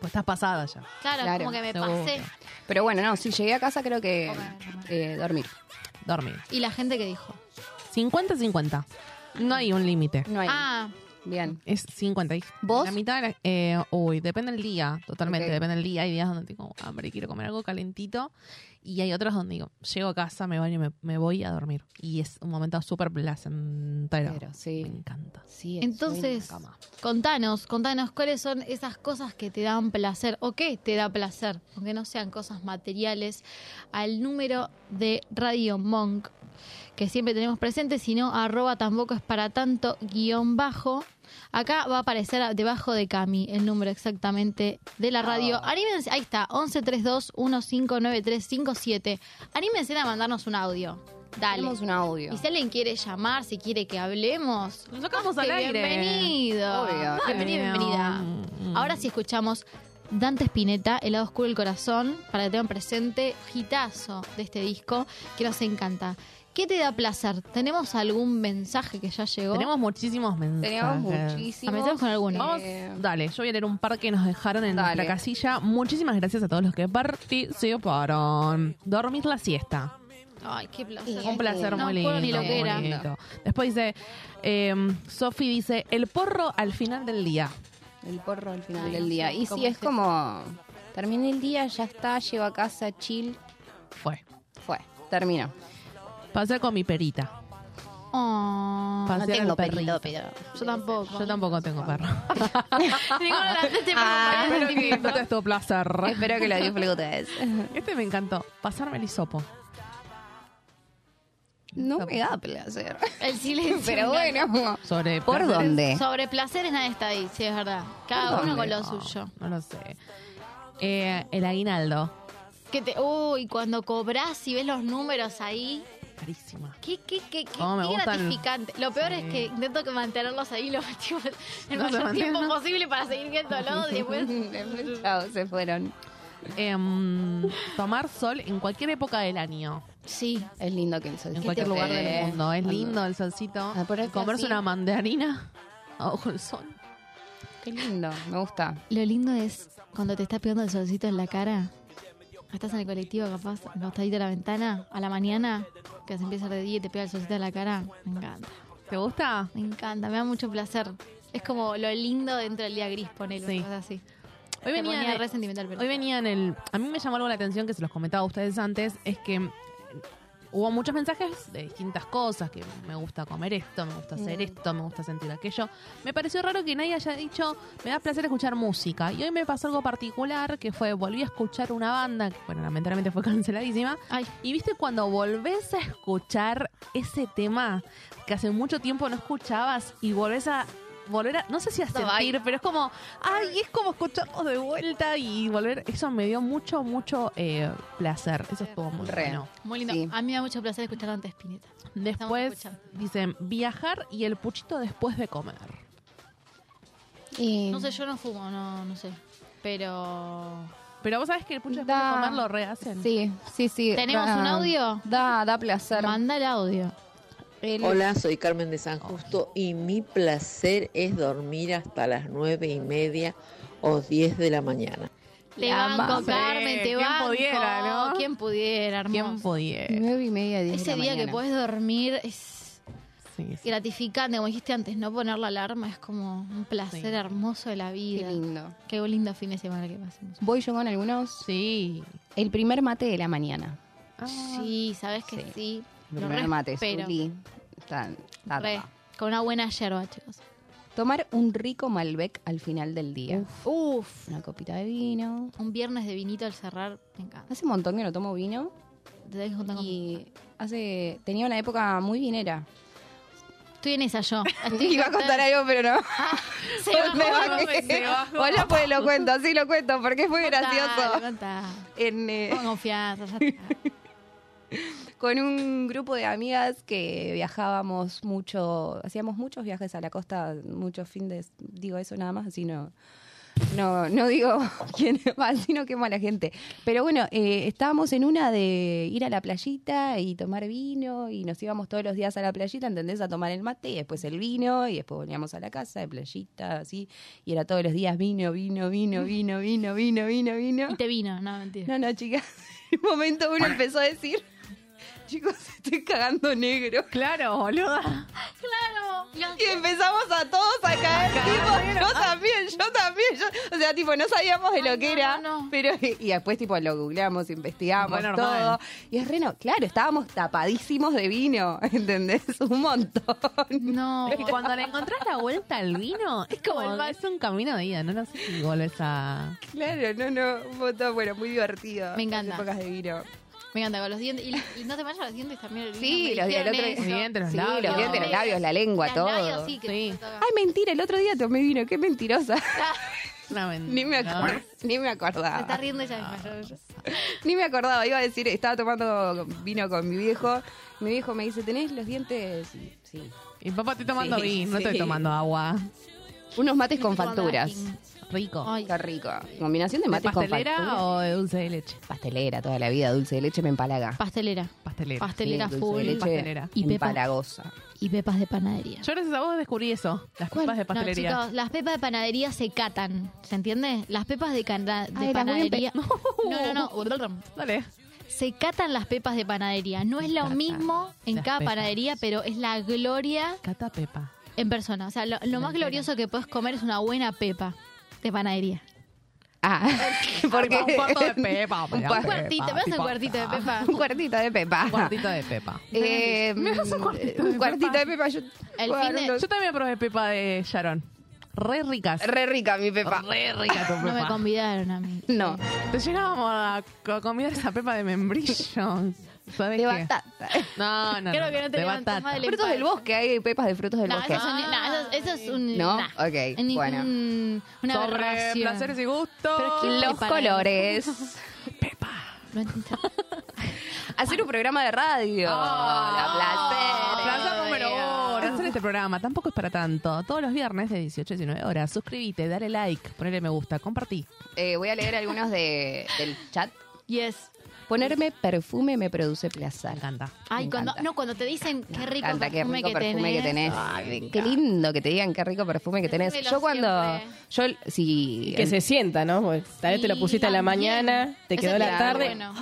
Speaker 5: Pues estás pasada ya.
Speaker 6: Claro,
Speaker 3: Claro,
Speaker 6: como que me
Speaker 5: seguro.
Speaker 6: pasé.
Speaker 3: Pero bueno, no, si llegué a casa creo que
Speaker 6: Comer,
Speaker 3: eh, dormir.
Speaker 5: Dormir.
Speaker 6: Y la gente que dijo,
Speaker 5: 50-50. No hay un límite.
Speaker 3: No hay.
Speaker 6: ah,
Speaker 3: Bien.
Speaker 5: Es 50. y-
Speaker 3: ¿Vos?
Speaker 5: La mitad, de la- eh, uy, depende del día, totalmente,
Speaker 3: Ok.
Speaker 5: depende del día. Hay días donde tengo hambre y quiero comer algo calentito. Y hay otros donde digo, llego a casa, me baño y me, me voy a dormir. Y es un momento súper placentero.
Speaker 3: Pero sí.
Speaker 5: Me encanta.
Speaker 3: Sí, el
Speaker 6: entonces,
Speaker 3: sueño en la cama.
Speaker 6: contanos, contanos cuáles son esas cosas que te dan placer o qué te da placer, aunque no sean cosas materiales, al número de Radio Monk, que siempre tenemos presente, sino arroba tampoco es para tanto guión bajo. Acá va a aparecer a- debajo de Cami el número exactamente de la radio.
Speaker 3: Ah.
Speaker 6: Anímense, ahí está, 1132-159357. Anímense a mandarnos un audio. Dale.
Speaker 3: Tenemos un audio.
Speaker 6: Y si alguien quiere llamar, si quiere que hablemos,
Speaker 5: Nos sacamos
Speaker 6: más
Speaker 5: al
Speaker 6: que
Speaker 5: aire.
Speaker 6: Bienvenido.
Speaker 3: Obvio.
Speaker 6: Bienvenido,
Speaker 5: Pero-
Speaker 6: bienvenida.
Speaker 5: Mm.
Speaker 6: Ahora sí escuchamos Dante Spinetta, El lado oscuro del corazón, para que tengan presente, hitazo de este disco que nos encanta. ¿Qué te da placer? ¿Tenemos algún mensaje que ya llegó?
Speaker 5: Tenemos muchísimos mensajes.
Speaker 3: Tenemos muchísimos.
Speaker 6: Comencemos con alguno.
Speaker 5: Vamos,
Speaker 3: Eh,
Speaker 5: dale, yo voy a leer un par que nos dejaron en
Speaker 3: Dale.
Speaker 5: nuestra casilla. Muchísimas gracias a todos los que participaron. Dormir la siesta.
Speaker 6: Ay, qué placer.
Speaker 5: Un placer
Speaker 6: no
Speaker 5: muy
Speaker 6: puedo
Speaker 5: lindo.
Speaker 6: ni lo que
Speaker 5: muy
Speaker 6: era.
Speaker 5: lindo. Después dice, eh, Sofi dice, el porro al final del día.
Speaker 3: El porro al final
Speaker 6: Ay,
Speaker 3: del
Speaker 6: no
Speaker 3: día.
Speaker 6: sé,
Speaker 3: Y
Speaker 6: ¿cómo
Speaker 3: sí, es
Speaker 6: es
Speaker 3: como. Terminé el día, ya está, llego a casa, chill,
Speaker 5: Fue.
Speaker 3: fue. Terminó.
Speaker 5: Pasé con mi perita.
Speaker 6: Oh,
Speaker 5: Pasear al perrito.
Speaker 3: pero.
Speaker 6: yo tampoco.
Speaker 5: Yo tampoco tengo perro.
Speaker 6: Ninguno de las tres tenemos
Speaker 3: Ah,
Speaker 6: perro.
Speaker 5: Espero que no te estuvo placer.
Speaker 3: Espero que lo disfrutes.
Speaker 5: Este me encantó. Pasarme el hisopo.
Speaker 3: No me da placer.
Speaker 6: El silencio.
Speaker 3: Pero
Speaker 6: me encanta.
Speaker 3: bueno.
Speaker 5: Sobre
Speaker 3: ¿Por dónde?
Speaker 6: Sobre placeres nadie está ahí, sí, es verdad. Cada uno con lo suyo.
Speaker 5: No lo sé. Eh, el aguinaldo.
Speaker 6: Que te, uy, cuando cobras y ves los números ahí,
Speaker 5: Carísima.
Speaker 6: qué, qué, qué, qué,
Speaker 5: Oh, me
Speaker 6: qué
Speaker 5: gustan.
Speaker 6: gratificante. Lo peor es
Speaker 5: Sí.
Speaker 6: que intento que mantenerlos ahí los últimos- el
Speaker 5: No se
Speaker 6: mayor tiempo
Speaker 5: mantienen.
Speaker 6: posible para seguir viéndolos y después.
Speaker 3: Chao, se fueron.
Speaker 5: Em, tomar sol en cualquier época del año.
Speaker 6: Sí.
Speaker 3: Es lindo que el sol.
Speaker 5: En cualquier lugar del mundo. Es lindo el solcito.
Speaker 3: Ah, pero es que
Speaker 5: Comerse
Speaker 3: así-
Speaker 5: una mandarina. Ojo el sol.
Speaker 3: Qué lindo, me gusta.
Speaker 6: Lo lindo es cuando te está pegando el solcito en la cara. Estás en el colectivo, capaz, acostadito a la ventana, a la mañana, que se empieza de día y te pega el solcito en la cara. Me encanta,
Speaker 5: ¿Te gusta?
Speaker 6: me encanta, me da mucho placer. Es como lo lindo dentro del día gris, ponelo,
Speaker 5: Sí.
Speaker 6: cosas así.
Speaker 5: Hoy
Speaker 6: Te
Speaker 5: venía,
Speaker 6: ponía
Speaker 5: en-
Speaker 6: re sentimental, pero-
Speaker 5: hoy venía en el. A mí me llamó algo la atención que se los comentaba a ustedes antes, es que hubo muchos mensajes de distintas cosas, que me gusta comer esto, me gusta hacer esto, me gusta sentir aquello. Me pareció raro que nadie haya dicho, me da placer escuchar música. Y hoy me pasó algo particular, que fue, volví a escuchar una banda, que bueno, lamentablemente fue canceladísima,
Speaker 6: Ay,
Speaker 5: y viste cuando volvés a escuchar ese tema que hace mucho tiempo no escuchabas y volvés a volver a, no sé si a
Speaker 6: No, ay.
Speaker 5: sentir, pero es como, ay, es como escucharlos de vuelta y volver, eso me dio mucho, mucho eh, placer. Eso estuvo muy
Speaker 3: Re.
Speaker 5: bueno.
Speaker 6: muy lindo.
Speaker 3: Sí.
Speaker 6: A mí me da mucho placer escuchar antes Spinetta.
Speaker 5: Después
Speaker 6: escuchando.
Speaker 5: dicen viajar y el puchito después de comer.
Speaker 3: Y-
Speaker 6: No sé, yo no fumo, no, no sé. Pero.
Speaker 5: Pero vos sabés que el puchito después
Speaker 3: Da.
Speaker 5: de comer lo rehacen.
Speaker 3: Sí, sí, sí.
Speaker 6: ¿Tenemos
Speaker 3: da-
Speaker 6: un audio?
Speaker 3: Da, da placer.
Speaker 6: Manda el audio.
Speaker 3: El-
Speaker 8: Hola, soy Carmen de San Justo y mi placer es dormir hasta las nueve y media o diez de la mañana.
Speaker 6: Te
Speaker 3: La
Speaker 6: banco,
Speaker 3: amamos.
Speaker 6: Carmen, te
Speaker 5: ¿Quién
Speaker 6: banco.
Speaker 5: pudiera, no?
Speaker 6: ¿Quién pudiera, hermoso?
Speaker 5: ¿Quién pudiera?
Speaker 3: Nueve y media, diez de
Speaker 6: Ese
Speaker 3: la
Speaker 6: día que
Speaker 3: mañana.
Speaker 6: podés dormir es
Speaker 5: Sí, sí.
Speaker 6: gratificante, como dijiste antes, no poner la alarma es como un placer
Speaker 5: Sí.
Speaker 6: hermoso de la
Speaker 3: Qué
Speaker 6: vida.
Speaker 3: lindo.
Speaker 6: Qué lindo fin de semana que pasemos.
Speaker 3: Voy yo con algunos.
Speaker 5: Sí.
Speaker 3: El primer mate de la mañana.
Speaker 5: Ah.
Speaker 6: Sí, sabes que
Speaker 3: Sí.
Speaker 6: sí.
Speaker 3: El
Speaker 6: Lo
Speaker 3: primer
Speaker 6: re
Speaker 3: mate,
Speaker 6: espero.
Speaker 3: Zuli. Tan- tan-
Speaker 6: Re, con una buena yerba, chicos.
Speaker 3: Tomar un rico Malbec al final del día.
Speaker 6: Uf,
Speaker 3: Una copita de vino.
Speaker 6: un viernes de vinito al cerrar, me encanta.
Speaker 3: Hace un montón que no tomo vino.
Speaker 6: Te tenés que juntar con-
Speaker 3: Y hace tenía una época muy vinera.
Speaker 6: Estoy en esa yo. Estoy
Speaker 3: Iba a contar algo, pero no.
Speaker 6: Se bajó,
Speaker 3: Me bajé.
Speaker 5: se bajó.
Speaker 3: Bueno, pues lo cuento, sí lo cuento, porque fue
Speaker 6: Contalo,
Speaker 3: gracioso.
Speaker 6: contalo.
Speaker 3: En, eh,
Speaker 6: Con confianza, ya está.
Speaker 3: con un grupo de amigas que viajábamos mucho, hacíamos muchos viajes a la costa, muchos fines, digo eso nada más, así no, no, no digo quién va, sino quemo a la gente. Pero bueno, eh, estábamos en una de ir a la playita y tomar vino y nos íbamos todos los días a la playita, ¿entendés? A tomar el mate y después el vino y después volvíamos a la casa de playita, así. Y era todos los días vino, vino, vino, vino, vino, vino, vino, vino.
Speaker 6: Y te vino, no, mentira.
Speaker 3: No, no, chicas. En un momento uno empezó a decir, chicos, estoy cagando negro.
Speaker 5: Claro, boluda.
Speaker 6: Claro, Bianca.
Speaker 3: Y empezamos a todos a caer, tipo, yo también, yo también. yo- o sea, tipo, no sabíamos de
Speaker 6: Ay,
Speaker 3: lo que
Speaker 6: no,
Speaker 3: era.
Speaker 6: no, no.
Speaker 3: Pero, y después, tipo, lo googleamos, investigamos
Speaker 5: Fue normal.
Speaker 3: todo. Y es reno, claro, estábamos tapadísimos de vino, ¿entendés? Un montón.
Speaker 6: No.
Speaker 5: Es que cuando le encontrás la vuelta al vino, es como,
Speaker 6: Como el
Speaker 5: es un camino de ida, no, no sé si volvés a...
Speaker 3: Claro, no, no, un montón, bueno, muy divertido.
Speaker 6: Me encanta.
Speaker 3: Las épocas de vino.
Speaker 6: Me encanta, con los dientes. Y, y no te manchas los dientes también. el
Speaker 3: Sí,
Speaker 6: vino, me
Speaker 3: los días del
Speaker 6: dijeron
Speaker 3: otro-
Speaker 6: eso.
Speaker 5: Los dientes, los
Speaker 3: sí,
Speaker 5: labios.
Speaker 3: los dientes, los labios, la lengua,
Speaker 6: Las
Speaker 3: todo.
Speaker 6: labios, sí, que
Speaker 5: Sí.
Speaker 6: Ah.
Speaker 3: Ay, mentira, el otro día tomé vino, qué mentirosa.
Speaker 5: Una mentira.
Speaker 3: Ni me, acor- ni me
Speaker 6: Se está
Speaker 3: acordaba.
Speaker 6: riendo ella misma. yo-
Speaker 3: Ni me acordaba. Iba a decir, estaba tomando vino con mi viejo. Mi viejo me dice, ¿tenés los dientes? Sí.
Speaker 5: Y papá, estoy tomando
Speaker 3: Sí,
Speaker 5: vino, no
Speaker 3: sí.
Speaker 5: estoy tomando agua.
Speaker 3: Unos mates con
Speaker 6: Estoy tomando
Speaker 3: facturas.
Speaker 6: Dunkin'.
Speaker 5: Rico.
Speaker 6: Ay,
Speaker 3: Qué rico. Combinación de
Speaker 5: ¿De
Speaker 3: mates con
Speaker 5: pastelera
Speaker 3: facturas.
Speaker 5: o de dulce de leche?
Speaker 3: Pastelera toda la vida. Dulce de leche me empalaga.
Speaker 6: pastelera.
Speaker 5: Pastelera.
Speaker 6: Pastelera
Speaker 3: Sí,
Speaker 6: full.
Speaker 3: dulce de leche
Speaker 5: Pastelera.
Speaker 6: Y pepa.
Speaker 3: empalagosa.
Speaker 6: Y pepas de panadería.
Speaker 5: Yo gracias a vos descubrí eso, las
Speaker 6: ¿Cuál?
Speaker 5: pepas de pastelería.
Speaker 6: No, chicos, las pepas de panadería se catan. ¿Se entiende? Las pepas de, cana- de
Speaker 3: Ay, las voy a
Speaker 6: panadería.
Speaker 3: empe-
Speaker 6: No, no, no.
Speaker 5: Dale.
Speaker 6: Se catan las pepas de panadería. No es lo
Speaker 5: Catan
Speaker 6: mismo en
Speaker 5: las
Speaker 6: cada
Speaker 5: pepas.
Speaker 6: panadería, pero es la gloria
Speaker 5: Cata pepa.
Speaker 6: en persona. O sea, lo, lo más glorioso que puedes comer es una buena pepa de panadería.
Speaker 3: Ah, porque...
Speaker 5: Un cuarto de pepa.
Speaker 3: Un
Speaker 5: pepa,
Speaker 3: pa-
Speaker 6: Un cuartito,
Speaker 5: pepa,
Speaker 6: ¿me das un
Speaker 5: pepa.
Speaker 6: cuartito
Speaker 3: ah.
Speaker 6: de pepa?
Speaker 3: un cuartito de pepa.
Speaker 5: Un cuartito de pepa.
Speaker 3: Eh, un cuartito de pepa. Yo,
Speaker 6: El
Speaker 3: Bueno,
Speaker 6: fin de-
Speaker 3: no-
Speaker 5: Yo también probé pepa de Sharon. Re ricas.
Speaker 3: Re rica mi pepa.
Speaker 5: Re rica tu
Speaker 6: No me
Speaker 5: pepa.
Speaker 6: convidaron a mí.
Speaker 3: No.
Speaker 5: Te llegábamos a co- comer esa pepa de membrillo. ¿Sabes
Speaker 3: De
Speaker 5: qué?
Speaker 3: batata.
Speaker 5: No, no,
Speaker 6: Creo
Speaker 5: no.
Speaker 6: que no
Speaker 5: de
Speaker 6: te levantas
Speaker 5: batata.
Speaker 6: más del
Speaker 3: Frutos del bosque, hay pepas de frutos del
Speaker 6: No,
Speaker 3: bosque.
Speaker 6: eso, es un- no, eso, es- eso es un.
Speaker 3: ¿No?
Speaker 6: nah.
Speaker 3: Ok,
Speaker 6: Es ni-
Speaker 3: bueno.
Speaker 6: un- una
Speaker 5: Sobre
Speaker 6: aberración.
Speaker 5: placeres y gustos.
Speaker 6: Pero ¿quién
Speaker 3: Los
Speaker 6: prepara?
Speaker 3: colores.
Speaker 6: No entiendo.
Speaker 3: Hacer un programa de radio. Ah, la placer.
Speaker 5: Placer número uno. Hacer este programa tampoco es para tanto. Todos los viernes de 18 a 19 horas. Suscríbete, dale like, ponle me gusta, compartí.
Speaker 3: Eh, voy a leer algunos de, del chat.
Speaker 6: Yes.
Speaker 3: Ponerme perfume me produce placer.
Speaker 5: Me encanta.
Speaker 6: Ay,
Speaker 3: Me
Speaker 6: cuando,
Speaker 3: encanta.
Speaker 6: no, cuando te dicen qué rico
Speaker 3: Me encanta, qué
Speaker 6: perfume
Speaker 3: rico
Speaker 6: que
Speaker 3: perfume
Speaker 6: tenés.
Speaker 3: que tenés.
Speaker 5: Ay, me
Speaker 3: qué
Speaker 5: encanta.
Speaker 3: lindo que te digan qué rico perfume que tenés.
Speaker 6: Decímelo
Speaker 3: Yo cuando... Yo, si...
Speaker 7: Y que se sienta, ¿no? Porque tal vez te lo
Speaker 6: Sí,
Speaker 7: pusiste a la
Speaker 6: también.
Speaker 7: mañana, te
Speaker 6: Eso
Speaker 7: quedó a la
Speaker 6: está
Speaker 7: tarde.
Speaker 6: bueno.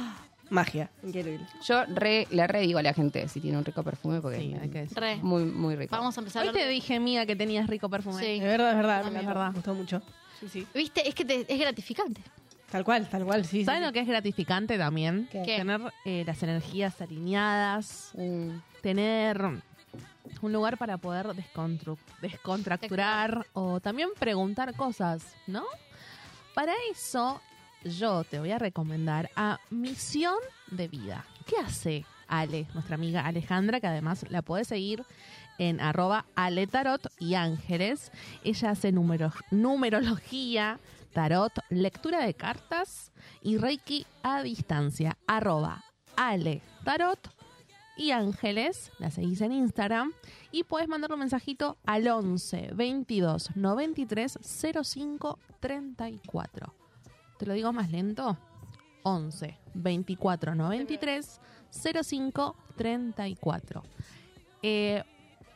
Speaker 7: Magia. Increíble.
Speaker 3: Yo re- le re digo a la gente si tiene un rico perfume porque
Speaker 5: Sí, hay que
Speaker 3: es
Speaker 5: decir.
Speaker 6: Re.
Speaker 3: muy, muy rico.
Speaker 6: Vamos a empezar.
Speaker 5: Hoy
Speaker 6: a-
Speaker 5: te dije, mía, que tenías rico perfume.
Speaker 6: Sí.
Speaker 7: Es verdad, es verdad.
Speaker 6: También
Speaker 7: me
Speaker 6: es
Speaker 7: encantó,
Speaker 5: verdad.
Speaker 7: Me gustó mucho. Sí, sí.
Speaker 6: ¿Viste? Es que te- es gratificante.
Speaker 7: Tal cual, tal cual, sí. sí,
Speaker 5: ¿Saben
Speaker 7: sí.
Speaker 5: lo que es gratificante también?
Speaker 3: ¿Qué?
Speaker 6: ¿Qué?
Speaker 5: Tener eh, las energías alineadas,
Speaker 3: Mm.
Speaker 5: tener un lugar para poder descontru- descontracturar o también preguntar cosas, ¿no? Para eso yo te voy a recomendar a Misión de Vida. ¿Qué hace Ale, nuestra amiga Alejandra, que además la puedes seguir en arroba aletarot y ángeles? Ella hace numero- numerología, tarot, lectura de cartas y reiki a distancia. Arroba Ale Tarot y Ángeles, la seguís en Instagram, y podés mandar un mensajito al 11 22 93 05 34. Te lo digo más lento. 11 24 93 05 34. Eh,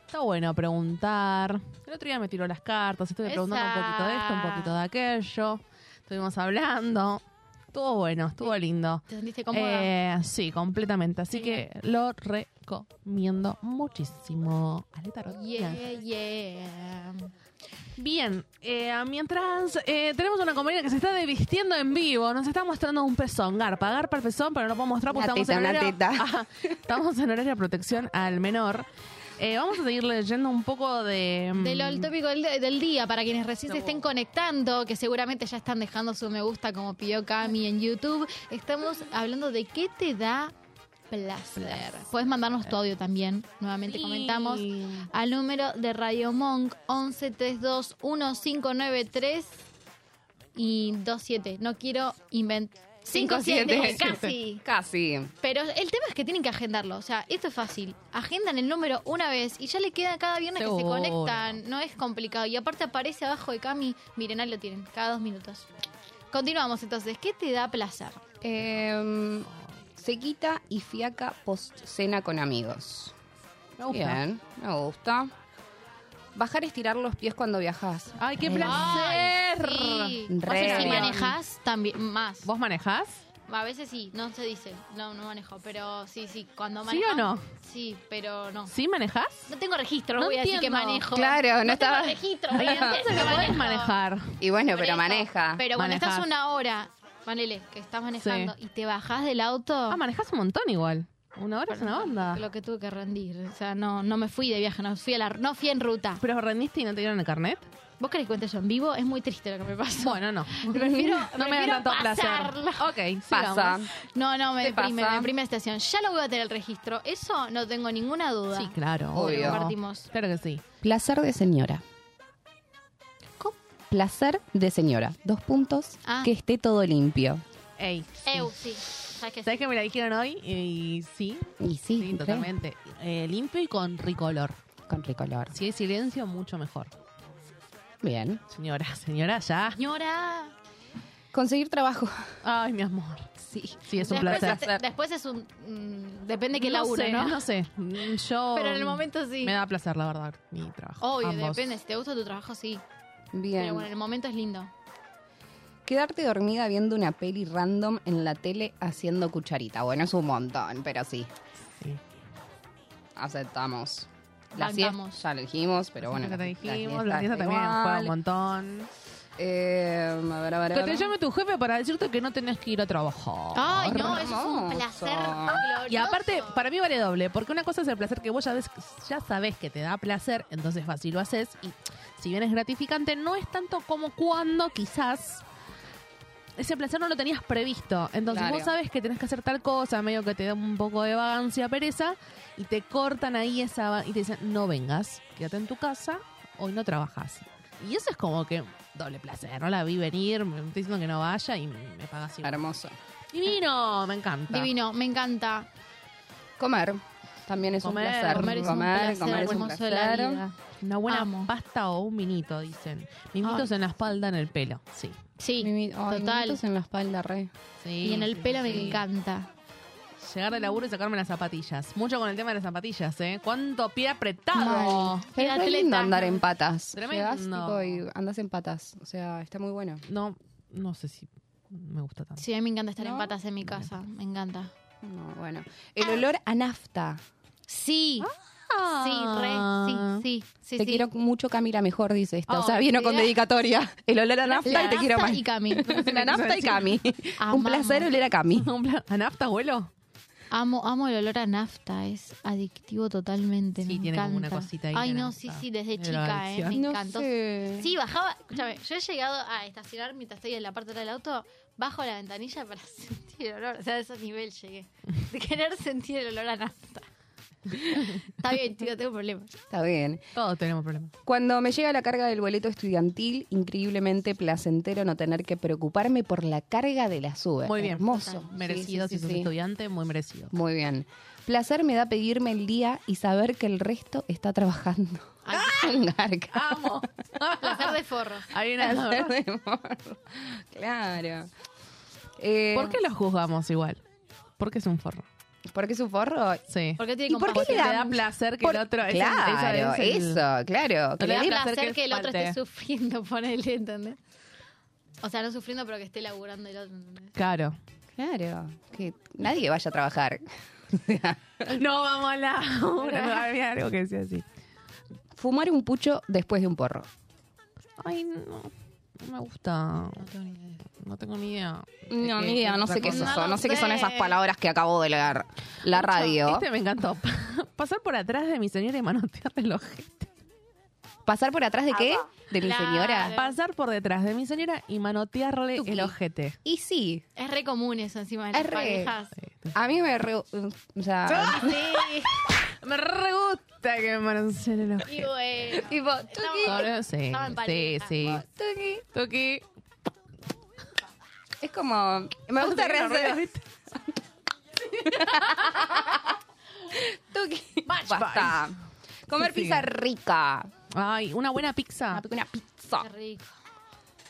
Speaker 5: está bueno preguntar. El otro día me tiró las cartas, estuve preguntando un
Speaker 6: Esa.
Speaker 5: poquito de esto, un poquito de aquello. Estuvimos hablando. Estuvo bueno, estuvo lindo.
Speaker 6: ¿Te sentiste cómoda?
Speaker 5: Eh, sí, completamente. Así que lo recomiendo muchísimo. Ale Tarot.
Speaker 6: yeah, yeah.
Speaker 5: Bien, eh, mientras eh, tenemos una compañera que se está desvistiendo en vivo, nos está mostrando un pezón, garpa, garpa el pezón, pero no puedo mostrar porque
Speaker 3: Una
Speaker 5: estamos,
Speaker 3: teta,
Speaker 5: en
Speaker 3: una
Speaker 5: horario,
Speaker 3: teta.
Speaker 5: Ajá, estamos en horario de protección al menor. Eh, vamos a seguir leyendo un poco de... mm,
Speaker 6: De lo- el tópico del, del día, para quienes recién se estén conectando, que seguramente ya están dejando su me gusta como pidió Cami en YouTube, estamos hablando de qué te da placer. Puedes mandarnos tu audio también, nuevamente comentamos. Al número de Radio Monk 1132-1593 y 27. No quiero inventar. 57, casi.
Speaker 3: Casi.
Speaker 6: Pero el tema es que tienen que agendarlo. O sea, esto es fácil. Agendan el número una vez y ya le queda cada viernes que se
Speaker 5: Seguro.
Speaker 6: conectan. No es complicado. Y aparte aparece abajo de Cami. Miren, ahí lo tienen. Cada dos minutos. Continuamos entonces. ¿Qué te da placer?
Speaker 3: Em, sequita y fiaca post cena con amigos.
Speaker 5: Me gusta.
Speaker 3: Bien, me gusta. Bajar, estirar los pies cuando viajas.
Speaker 5: Ay, qué
Speaker 3: Ay,
Speaker 5: placer.
Speaker 6: Sí. O
Speaker 5: Eh,
Speaker 3: Re
Speaker 6: sea, si
Speaker 3: bien.
Speaker 6: manejas, también más.
Speaker 5: ¿Vos manejás?
Speaker 6: A veces sí, no se dice. No, no manejo. Pero sí, sí. Cuando
Speaker 5: ¿Sí
Speaker 6: manejo.
Speaker 5: o no?
Speaker 6: Sí, pero no.
Speaker 5: ¿Sí manejás?
Speaker 6: No tengo registro, no,
Speaker 5: No
Speaker 6: voy a decir que
Speaker 5: entiendo.
Speaker 6: manejo.
Speaker 3: Claro, no
Speaker 6: no
Speaker 3: estaba-
Speaker 6: Tengo registro.
Speaker 5: Ay,
Speaker 6: obviamente,
Speaker 5: entonces
Speaker 6: que
Speaker 5: lo podés
Speaker 6: manejo.
Speaker 5: manejar.
Speaker 3: Y bueno,
Speaker 6: Por
Speaker 3: pero
Speaker 6: eso.
Speaker 3: maneja.
Speaker 6: Pero cuando
Speaker 5: Manejás.
Speaker 6: estás una hora, Manele, que estás manejando y te bajás del auto.
Speaker 5: Ah, manejás un montón igual. Una hora es una onda.
Speaker 6: Lo que tuve que rendir. O sea, no, no me fui de viaje, no fui a la, no fui en ruta.
Speaker 5: Pero rendiste y no te dieron el carnet.
Speaker 6: ¿Vos querés que cuente yo en vivo? Es muy triste lo que me pasó.
Speaker 5: Bueno, no.
Speaker 6: Prefiero-
Speaker 5: no me
Speaker 6: prefiero
Speaker 5: da tanto
Speaker 6: pasarlo.
Speaker 5: placer. Ok,
Speaker 3: Pasa.
Speaker 5: sigamos.
Speaker 6: No, no, me
Speaker 3: ¿Te
Speaker 6: deprime,
Speaker 3: pasa?
Speaker 6: me deprime la estación. Ya lo voy a tener el registro. Eso no tengo ninguna duda.
Speaker 5: Sí, claro.
Speaker 3: Obvio.
Speaker 6: Compartimos.
Speaker 5: Claro que sí.
Speaker 3: Placer de señora.
Speaker 6: ¿Cómo?
Speaker 3: Placer de señora. Dos puntos.
Speaker 6: Ah.
Speaker 3: Que esté todo limpio.
Speaker 5: Ey.
Speaker 6: Eu, sí. ¿Sabes qué?
Speaker 5: ¿Sabes que me la dijeron hoy? Y sí,
Speaker 3: Y sí,
Speaker 5: sí,
Speaker 3: re,
Speaker 5: totalmente. Eh, limpio y con ricolor.
Speaker 3: con ricolor.
Speaker 5: Si hay silencio, mucho mejor.
Speaker 3: Bien.
Speaker 5: Señora, señora, ya.
Speaker 6: Señora.
Speaker 3: Conseguir trabajo.
Speaker 5: Ay, mi amor. Sí. Sí, es un
Speaker 6: después,
Speaker 5: placer.
Speaker 6: Es, después es un. mm, depende que
Speaker 5: no
Speaker 6: laburo,
Speaker 5: sé,
Speaker 6: ¿no?
Speaker 5: No sé. Mm, Yo.
Speaker 6: Pero en el momento sí.
Speaker 5: Me da placer, la verdad, mi trabajo.
Speaker 6: Obvio,
Speaker 5: Ambos.
Speaker 6: depende. Si te gusta tu trabajo, sí.
Speaker 3: Bien.
Speaker 6: Pero bueno, el momento es lindo.
Speaker 3: Quedarte dormida viendo una peli random en la tele haciendo cucharita. Bueno, es un montón, pero sí,
Speaker 5: Sí.
Speaker 3: aceptamos. La siesta,
Speaker 6: Bancamos.
Speaker 3: ya lo dijimos, pero bueno.
Speaker 5: que te
Speaker 3: la
Speaker 5: dijimos,
Speaker 3: siesta
Speaker 5: la fiesta
Speaker 3: está
Speaker 5: también
Speaker 3: igual.
Speaker 5: juega un montón.
Speaker 3: Eh, a ver, a ver, a
Speaker 5: Que
Speaker 3: ver.
Speaker 5: te llame tu jefe para decirte que no tenés que ir a trabajar.
Speaker 6: Ay, no, eso es un
Speaker 3: Oh, hermoso.
Speaker 6: placer glorioso.
Speaker 5: Y aparte, para mí vale doble, porque una cosa es el placer que vos ya, ves, ya sabés que te da placer, entonces vas y lo haces, y si bien es gratificante, no es tanto como cuando quizás ese placer no lo tenías previsto. Entonces
Speaker 3: Claro.
Speaker 5: vos sabés que tenés que hacer tal cosa, medio que te da un poco de vagancia, pereza, y te cortan ahí esa... va- y te dicen, no vengas, quédate en tu casa, hoy no trabajas. Y eso es como que doble placer, no la vi venir, me estoy diciendo que no vaya y me, me pagas igual.
Speaker 3: Hermoso.
Speaker 5: Divino, me encanta.
Speaker 6: Divino, me encanta.
Speaker 3: Comer. También es
Speaker 5: Comer,
Speaker 3: un placer.
Speaker 6: Comer es un placer,
Speaker 3: comer es un
Speaker 6: hermoso de la
Speaker 3: placer.
Speaker 6: vida.
Speaker 5: Una buena
Speaker 6: Amo.
Speaker 5: pasta o un minito, dicen. Mimitos en la espalda, en el pelo. Sí.
Speaker 6: Sí,
Speaker 3: Mimi- ay,
Speaker 6: total.
Speaker 3: mimitos en la espalda, re.
Speaker 5: sí
Speaker 6: Y en el
Speaker 5: sí,
Speaker 6: pelo me
Speaker 5: sí.
Speaker 6: encanta.
Speaker 5: Llegar de laburo y sacarme las zapatillas. Mucho con el tema de las zapatillas, ¿eh? ¿Cuánto pie apretado?
Speaker 3: Pero es
Speaker 6: El
Speaker 3: re lindo
Speaker 6: atleta.
Speaker 3: andar en patas.
Speaker 5: Tremendo.
Speaker 3: Llegás, tipo, y andas en patas. O sea, está muy bueno.
Speaker 5: No, no sé si me gusta tanto.
Speaker 6: Sí, a mí me encanta estar
Speaker 3: ¿No?
Speaker 6: en patas en mi casa. Me encanta.
Speaker 3: No, bueno. El olor a nafta.
Speaker 6: Sí. Sí,
Speaker 5: Ah.
Speaker 6: re. Sí, sí, sí.
Speaker 3: Ah.
Speaker 6: sí.
Speaker 3: te quiero mucho, Camila, mejor dice esta. o
Speaker 6: Oh,
Speaker 3: sea, vino con
Speaker 6: mira.
Speaker 3: dedicatoria. El olor a nafta
Speaker 6: La
Speaker 3: y te quiero
Speaker 6: nafta
Speaker 3: más.
Speaker 6: y Cami.
Speaker 3: La nafta y Cami. Un
Speaker 6: Amamos.
Speaker 3: placer oler a Cami.
Speaker 5: Un plan- ¿A nafta, abuelo?
Speaker 6: Amo, amo el olor a nafta, es adictivo totalmente.
Speaker 5: Sí,
Speaker 6: me
Speaker 5: tiene como una
Speaker 6: encanta.
Speaker 5: cosita ahí
Speaker 6: Ay,
Speaker 5: de
Speaker 6: no,
Speaker 5: nafta.
Speaker 6: sí, sí, desde
Speaker 5: Pero
Speaker 6: chica, eh, me
Speaker 5: adicción.
Speaker 6: encantó.
Speaker 3: sé.
Speaker 6: Sí, bajaba, escúchame, yo he llegado a estacionar mientras estoy en la parte de atrás del auto, bajo la ventanilla para sentir el olor. O sea, a ese nivel llegué. De querer sentir el olor a nafta. Está bien, tío, tengo problemas.
Speaker 3: Está bien.
Speaker 5: Todos tenemos problemas.
Speaker 3: Cuando me llega la carga del boleto estudiantil, increíblemente placentero no tener que preocuparme por la carga de la sube.
Speaker 5: Muy bien.
Speaker 3: Hermoso. Sí,
Speaker 5: Merecido,
Speaker 3: sí, sí,
Speaker 5: si sos
Speaker 3: sí.
Speaker 5: estudiante, muy merecido.
Speaker 3: Muy bien. Placer me da pedirme el día y saber que el resto está trabajando. Garca.
Speaker 5: ¡Amo!
Speaker 6: Placer de forro.
Speaker 5: Hay una-
Speaker 3: claro. Eh,
Speaker 5: ¿Por qué lo juzgamos igual? Porque es un forro.
Speaker 3: ¿Por qué es un forro?
Speaker 5: Sí.
Speaker 6: ¿Por qué tiene
Speaker 3: ¿Y por qué
Speaker 6: compasión?
Speaker 3: le
Speaker 5: Porque te
Speaker 3: da
Speaker 5: da placer que
Speaker 3: por-
Speaker 5: el otro... ese-
Speaker 3: Claro,
Speaker 5: ese es el-
Speaker 3: eso, claro. Que
Speaker 6: Le
Speaker 3: le
Speaker 6: da placer
Speaker 3: dé
Speaker 5: placer
Speaker 6: que,
Speaker 5: que
Speaker 6: el otro
Speaker 5: falte.
Speaker 6: esté sufriendo, ponele, ¿entendés? O sea, no sufriendo, pero que esté laburando el otro, ¿entendés?
Speaker 5: Claro.
Speaker 3: Claro, que nadie vaya a trabajar.
Speaker 5: No vamos a la hora. Había algo que decía así.
Speaker 3: Fumar un pucho después de un porro.
Speaker 5: Ay, no. No me gusta. No tengo ni idea. No tengo ni idea.
Speaker 3: No, ni idea, no sé qué es
Speaker 5: cosa.
Speaker 3: eso,
Speaker 6: No
Speaker 3: Eh, no,
Speaker 6: lo
Speaker 3: sé qué son
Speaker 6: sé.
Speaker 3: esas palabras que acabo de leer. La radio.
Speaker 5: Este me encantó. Pasar por atrás de mi señora y manotear el ojete.
Speaker 3: ¿Pasar por atrás de qué? De mi
Speaker 6: Claro.
Speaker 3: señora.
Speaker 5: Pasar por detrás de mi señora y manotearle
Speaker 3: Tuki.
Speaker 5: el ojete.
Speaker 3: Y sí,
Speaker 6: Es re común eso encima de las
Speaker 3: Es re.
Speaker 6: parejas.
Speaker 3: a mí me re- o sea,
Speaker 6: Sí.
Speaker 5: Me re gusta que me manoteen el ojete.
Speaker 6: Y bueno.
Speaker 3: tipo,
Speaker 6: Estamos-
Speaker 5: Ahora sí,
Speaker 6: Estaba en
Speaker 5: sí,
Speaker 6: pareja.
Speaker 5: sí.
Speaker 3: tuki.
Speaker 5: Tuki.
Speaker 3: Es como me gusta rehacer tuki.
Speaker 5: Match
Speaker 3: Basta. Comer
Speaker 5: Sí,
Speaker 3: pizza
Speaker 5: sigue.
Speaker 3: rica. Ah,
Speaker 5: Ay, una buena pizza.
Speaker 3: Una pizza.
Speaker 6: Qué rico.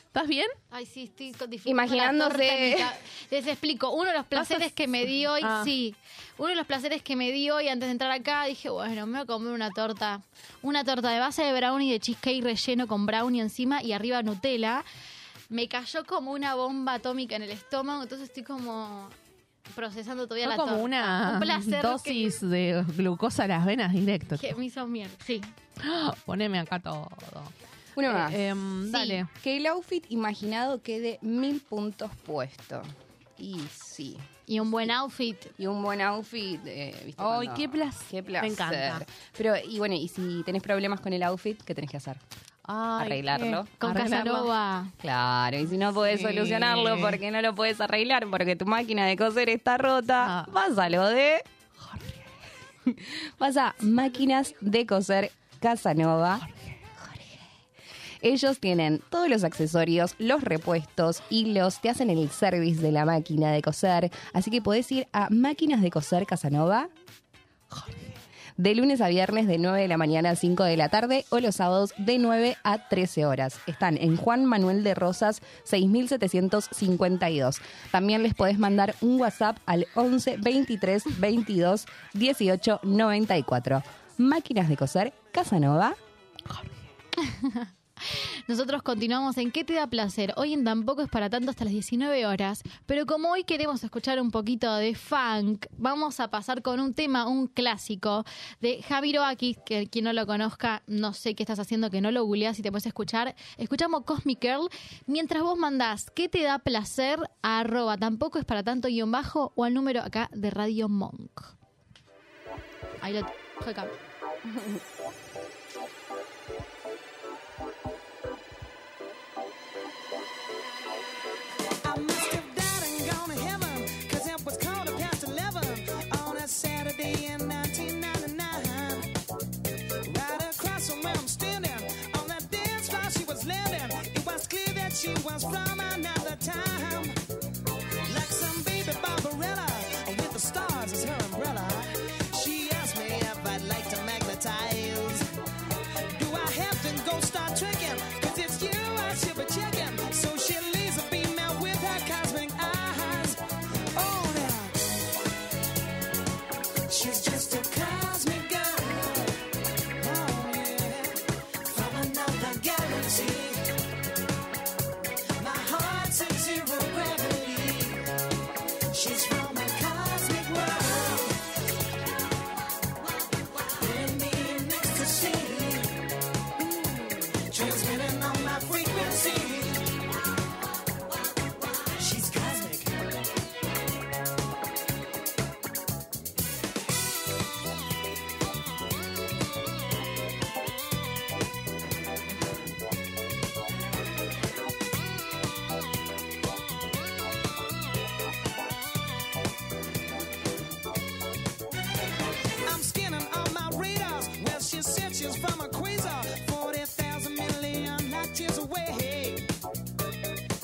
Speaker 5: ¿Estás bien?
Speaker 6: Ay, sí, estoy con- disfrutando la
Speaker 3: Imaginándose-
Speaker 6: torta en mi ca- Les explico. Uno de los placeres que me di hoy,
Speaker 5: Ah.
Speaker 6: sí. Uno de los placeres que me di hoy antes de entrar acá, dije, bueno, me voy a comer una torta. Una torta de base de brownie de cheesecake relleno con brownie encima y arriba Nutella. Me cayó como una bomba atómica en el estómago, entonces estoy como procesando todavía
Speaker 5: Fue
Speaker 6: la
Speaker 5: como
Speaker 6: torta.
Speaker 5: una
Speaker 6: Un placer que-
Speaker 5: dosis de glucosa a las venas directo.
Speaker 6: que me hizo mierda. Sí.
Speaker 5: Poneme acá todo.
Speaker 3: Una más.
Speaker 5: Em,
Speaker 6: Sí.
Speaker 5: Dale.
Speaker 3: que el outfit imaginado quede mil puntos puesto. Y sí.
Speaker 6: Y un buen outfit.
Speaker 3: Y un buen outfit, eh, ¿viste?
Speaker 5: Ay,
Speaker 3: cuando-
Speaker 5: qué placer.
Speaker 3: Qué
Speaker 5: Me
Speaker 3: placer.
Speaker 5: encanta.
Speaker 3: Pero, y bueno, y si tenés problemas con el outfit, ¿qué tenés que hacer?
Speaker 5: Ay,
Speaker 3: Arreglarlo.
Speaker 5: qué-
Speaker 6: Con
Speaker 5: Arreglarlo.
Speaker 6: Casanova.
Speaker 3: Claro, y si no podés
Speaker 5: Sí.
Speaker 3: solucionarlo porque no lo podés arreglar, porque tu máquina de coser está rota,
Speaker 5: Ah.
Speaker 3: vas a lo de. Vas a máquinas de coser Casanova. Jorge. Ellos tienen todos los accesorios, los repuestos, hilos, te hacen el service de la máquina de coser. Así que podés ir a Máquinas de Coser Casanova de lunes a viernes de 9 de la mañana a 5 de la tarde o los sábados de 9 a 13 horas. Están en Juan Manuel de Rosas 6752. También les podés mandar un WhatsApp al 11 23 22 18 94. Máquinas de coser Casanova.
Speaker 6: Nosotros continuamos en ¿Qué te da placer? Hoy en Tampoco es para tanto hasta las 19 horas, pero como hoy queremos escuchar un poquito de funk, vamos a pasar con un tema, un clásico de Javier Oakis, que quien no lo conozca, no sé qué estás haciendo, que no lo googleas y te puedes escuchar. Escuchamos Cosmic Girl mientras vos mandás ¿Qué te da placer? a arroba Tampoco es para tanto guión bajo o al número acá de Radio Monk. Ahí lo... acá.
Speaker 9: I must have died and gone to heaven, 'cause it was quarter past eleven on a Saturday in 1999. Right across from where I'm standing, on that dance floor she was living. It was clear that she was from another time. Like some baby Barbarella, with the stars as her umbrella. She asked me if I'd like to magnetize. Do I have to go start tricking? Cause it's you I should be checking. So she leaves a beam out with her cosmic eyes. Oh, now. Oh,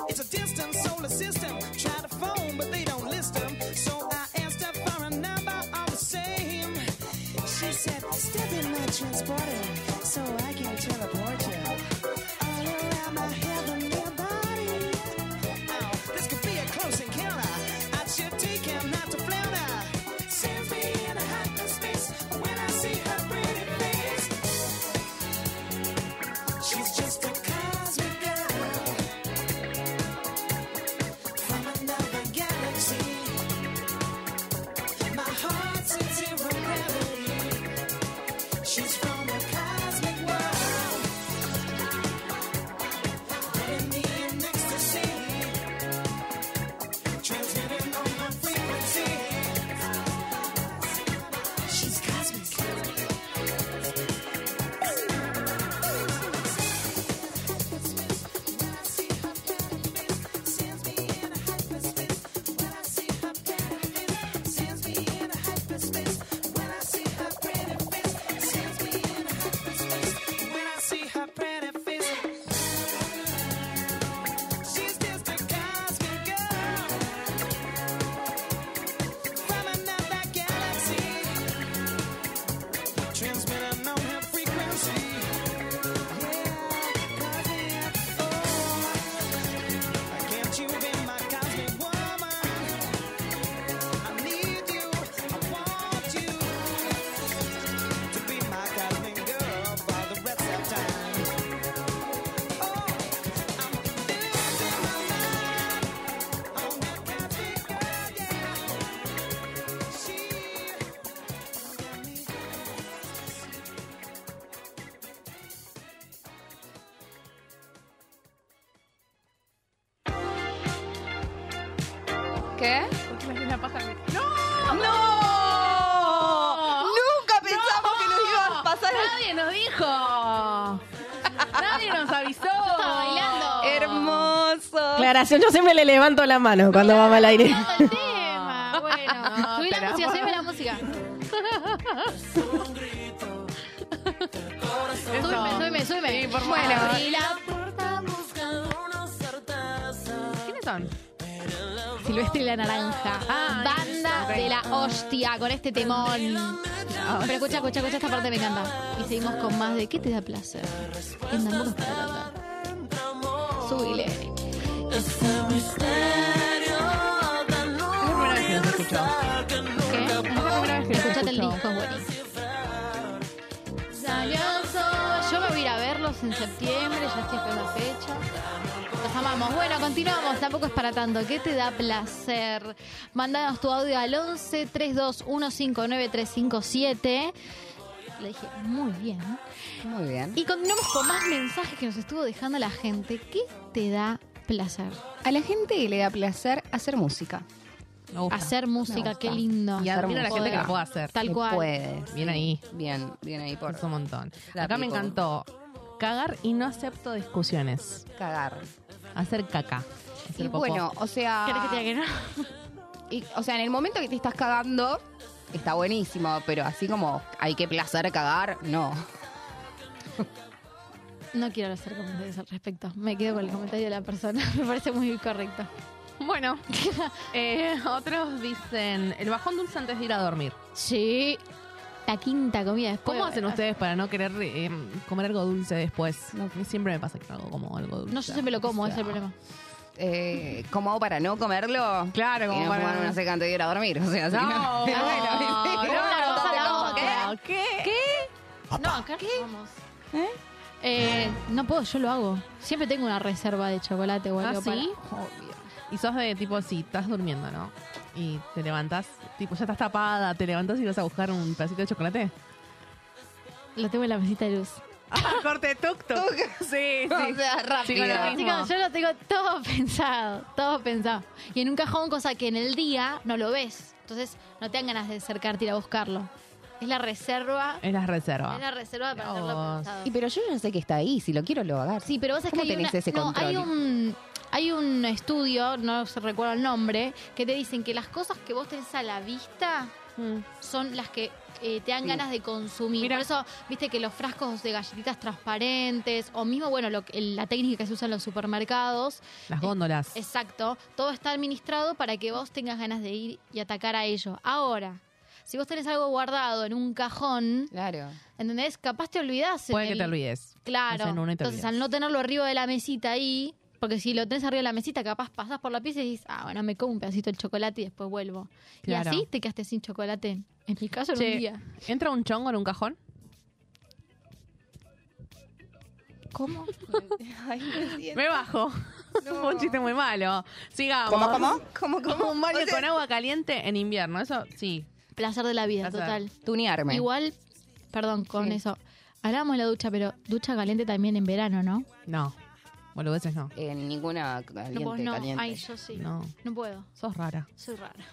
Speaker 9: a distant solar system. Try to phone, but they don't list them. So I asked her for a number all the same. She said, Step in my transporter so I can teleport you. All around my heavenly body. Oh, this could be a close encounter. I should take him not to flounder. Sends me in a hyper space when I see her pretty face. She's just a cosmic girl from another galaxy. My heart's in zero gravity. She's from a cosmic world. Putting me in ecstasy. Transmitting on my frequency. She's cosmic. Transmitting on her frequency. Yeah, cosmic. Oh. Can't you be my cosmic woman? I need you, I want you to be my cosmic girl for the rest of time. Oh, I'm losing my mind on that cosmic girl, yeah. She got me.
Speaker 3: ¿Qué?
Speaker 5: ¡No!
Speaker 3: ¡No! Nunca pensamos que nos iba a pasar.
Speaker 5: ¡Nadie nos dijo! ¡Nadie nos avisó! Yo
Speaker 6: estaba bailando.
Speaker 3: Hermoso.
Speaker 7: Aclaración, yo siempre le levanto la mano cuando vamos al aire.
Speaker 6: Todo el tema.
Speaker 5: Ah.
Speaker 6: Bueno, subí la música, subí la música. Súbeme, súbeme, súbeme.
Speaker 3: Bueno,
Speaker 6: Y la
Speaker 5: ¿Quiénes son?
Speaker 6: Silvestre y la Naranja.
Speaker 5: Ah,
Speaker 6: Banda de la hostia con este temón. Pero escucha, escucha, escucha, esta parte me encanta. Y seguimos con más de ¿Qué te da placer? Que tampoco es para tanto. Súbile.
Speaker 5: Es la primera vez que los escucho.
Speaker 6: ¿Qué?
Speaker 5: Es la primera vez que los
Speaker 6: Escuchate el
Speaker 5: escucho.
Speaker 6: disco, es buenísimo. Salió el sol. Yo me voy a ir a verlos en septiembre, ya estoy esperando la fecha. Los amamos. Bueno, continuamos. Tampoco es para tanto. ¿Qué te da placer? Mandanos tu audio al 11 32159357 357 Le dije, muy bien.
Speaker 3: Muy bien.
Speaker 6: Y continuamos con más mensajes que nos estuvo dejando la gente. ¿Qué te da placer?
Speaker 3: A la gente le da placer hacer música.
Speaker 5: Me gusta.
Speaker 6: Hacer música,
Speaker 3: gusta.
Speaker 6: qué lindo.
Speaker 5: Y admiro a la
Speaker 3: Hacer
Speaker 5: gente que
Speaker 3: música.
Speaker 5: lo puede hacer.
Speaker 6: Tal
Speaker 3: Que
Speaker 6: cual.
Speaker 3: Puedes.
Speaker 5: Bien ahí.
Speaker 3: Bien, bien ahí por
Speaker 5: Es un montón.
Speaker 3: La
Speaker 5: Acá me
Speaker 3: pico.
Speaker 5: encantó. Cagar y no acepto discusiones.
Speaker 3: cagar.
Speaker 5: Hacer caca. Hacer
Speaker 3: Y
Speaker 5: popó.
Speaker 3: bueno, o sea.
Speaker 6: ¿Querés que te diga que no?
Speaker 3: y- o sea, en el momento que te estás cagando, está buenísimo, pero así como hay que placer cagar, no.
Speaker 6: No quiero hacer comentarios al respecto. Me quedo con el comentario de la persona. Me parece muy correcto.
Speaker 5: Bueno, eh, otros dicen el bajón dulce antes de ir a dormir.
Speaker 6: Sí. La quinta comida después.
Speaker 5: ¿Cómo hacen ustedes para no querer eh, comer algo dulce después? A mí siempre me pasa que algo como algo dulce.
Speaker 6: No, yo siempre lo como,
Speaker 5: O
Speaker 6: ese
Speaker 5: sea,
Speaker 6: es el problema.
Speaker 3: Eh, ¿Cómo hago para no comerlo?
Speaker 5: Claro, como
Speaker 3: Y no
Speaker 5: para-
Speaker 3: fumar una secante y ir a dormir. O sea, así
Speaker 5: No,
Speaker 3: que-
Speaker 5: no,
Speaker 3: bueno,
Speaker 6: no, una cosa a la
Speaker 3: ¿Qué?
Speaker 5: otra. ¿Qué?
Speaker 6: No, acá vamos. ¿Eh? no puedo, yo lo hago. Siempre tengo una reserva de chocolate o
Speaker 5: ¿Ah,
Speaker 6: algo para-
Speaker 5: sí? Obvio. Y sos de tipo, si estás durmiendo, ¿no? Y te levantás, tipo, ya estás tapada, te levantás y vas a buscar un pedacito de chocolate.
Speaker 6: Lo tengo en la mesita de luz.
Speaker 5: Ah, corte tuk tuk. Sí, sí.
Speaker 3: O sea, rápido.
Speaker 5: Sí, bueno,
Speaker 6: Chicos, yo lo tengo todo pensado, todo pensado. Y en un cajón, cosa que en el día no lo ves. Entonces no te dan ganas de acercarte y ir a buscarlo. Es la reserva.
Speaker 5: Es la reserva.
Speaker 6: Es la reserva para
Speaker 5: Mirá
Speaker 6: hacerlo
Speaker 5: vos.
Speaker 6: pensado.
Speaker 3: Y pero yo ya sé que está ahí, si lo quiero lo agarro.
Speaker 6: Sí, pero vos sabés
Speaker 3: ¿Cómo
Speaker 6: que hay
Speaker 3: tenés
Speaker 6: una-
Speaker 3: ese
Speaker 6: no,
Speaker 3: control?
Speaker 6: hay un hay un estudio, no se recuerdo el nombre, que te dicen que las cosas que vos tenés a la vista
Speaker 5: Mm.
Speaker 6: son las que eh, te dan ganas de consumir.
Speaker 5: Mira.
Speaker 6: Por eso, viste que los frascos de galletitas transparentes, o mismo, bueno, lo que- la técnica que se usa en los supermercados,
Speaker 5: Las góndolas.
Speaker 6: Exacto. Todo está administrado para que vos tengas ganas de ir y atacar a ellos. Ahora, si vos tenés algo guardado en un cajón,
Speaker 3: Claro.
Speaker 6: ¿entendés? Capaz te olvidás. en
Speaker 5: Puede que
Speaker 6: el-
Speaker 5: te olvides.
Speaker 6: Claro.
Speaker 5: Hacen una y te
Speaker 6: Entonces,
Speaker 5: olvidas.
Speaker 6: al no tenerlo arriba de la mesita ahí, porque si lo tenés arriba de la mesita, capaz pasás por la pieza y dices, ah, bueno, me como un pedacito de chocolate y después vuelvo.
Speaker 5: Claro.
Speaker 6: Y así te quedaste sin chocolate. En mi caso, en
Speaker 5: Che,
Speaker 6: un día.
Speaker 5: ¿Entra un chongo en un cajón?
Speaker 6: ¿Cómo?
Speaker 7: Ay, no entiendo.
Speaker 5: Me bajo. Fue un chiste muy malo. Sigamos.
Speaker 10: ¿Cómo, cómo? ¿Cómo, cómo?
Speaker 5: Un baño
Speaker 10: O sea,
Speaker 5: con agua caliente en invierno. Eso sí.
Speaker 6: Placer de la vida,
Speaker 5: Placer.
Speaker 6: total.
Speaker 3: Tunearme.
Speaker 6: Igual, perdón, con
Speaker 3: Sí.
Speaker 6: eso. Hablamos de la ducha, pero ducha caliente también en verano, ¿no?
Speaker 5: No. Boludeces no.
Speaker 3: Eh, ninguna caliente,
Speaker 6: No, vos no.
Speaker 3: caliente.
Speaker 6: Ay, yo sí. No.
Speaker 5: No.
Speaker 6: puedo.
Speaker 5: Sos rara.
Speaker 6: Soy rara.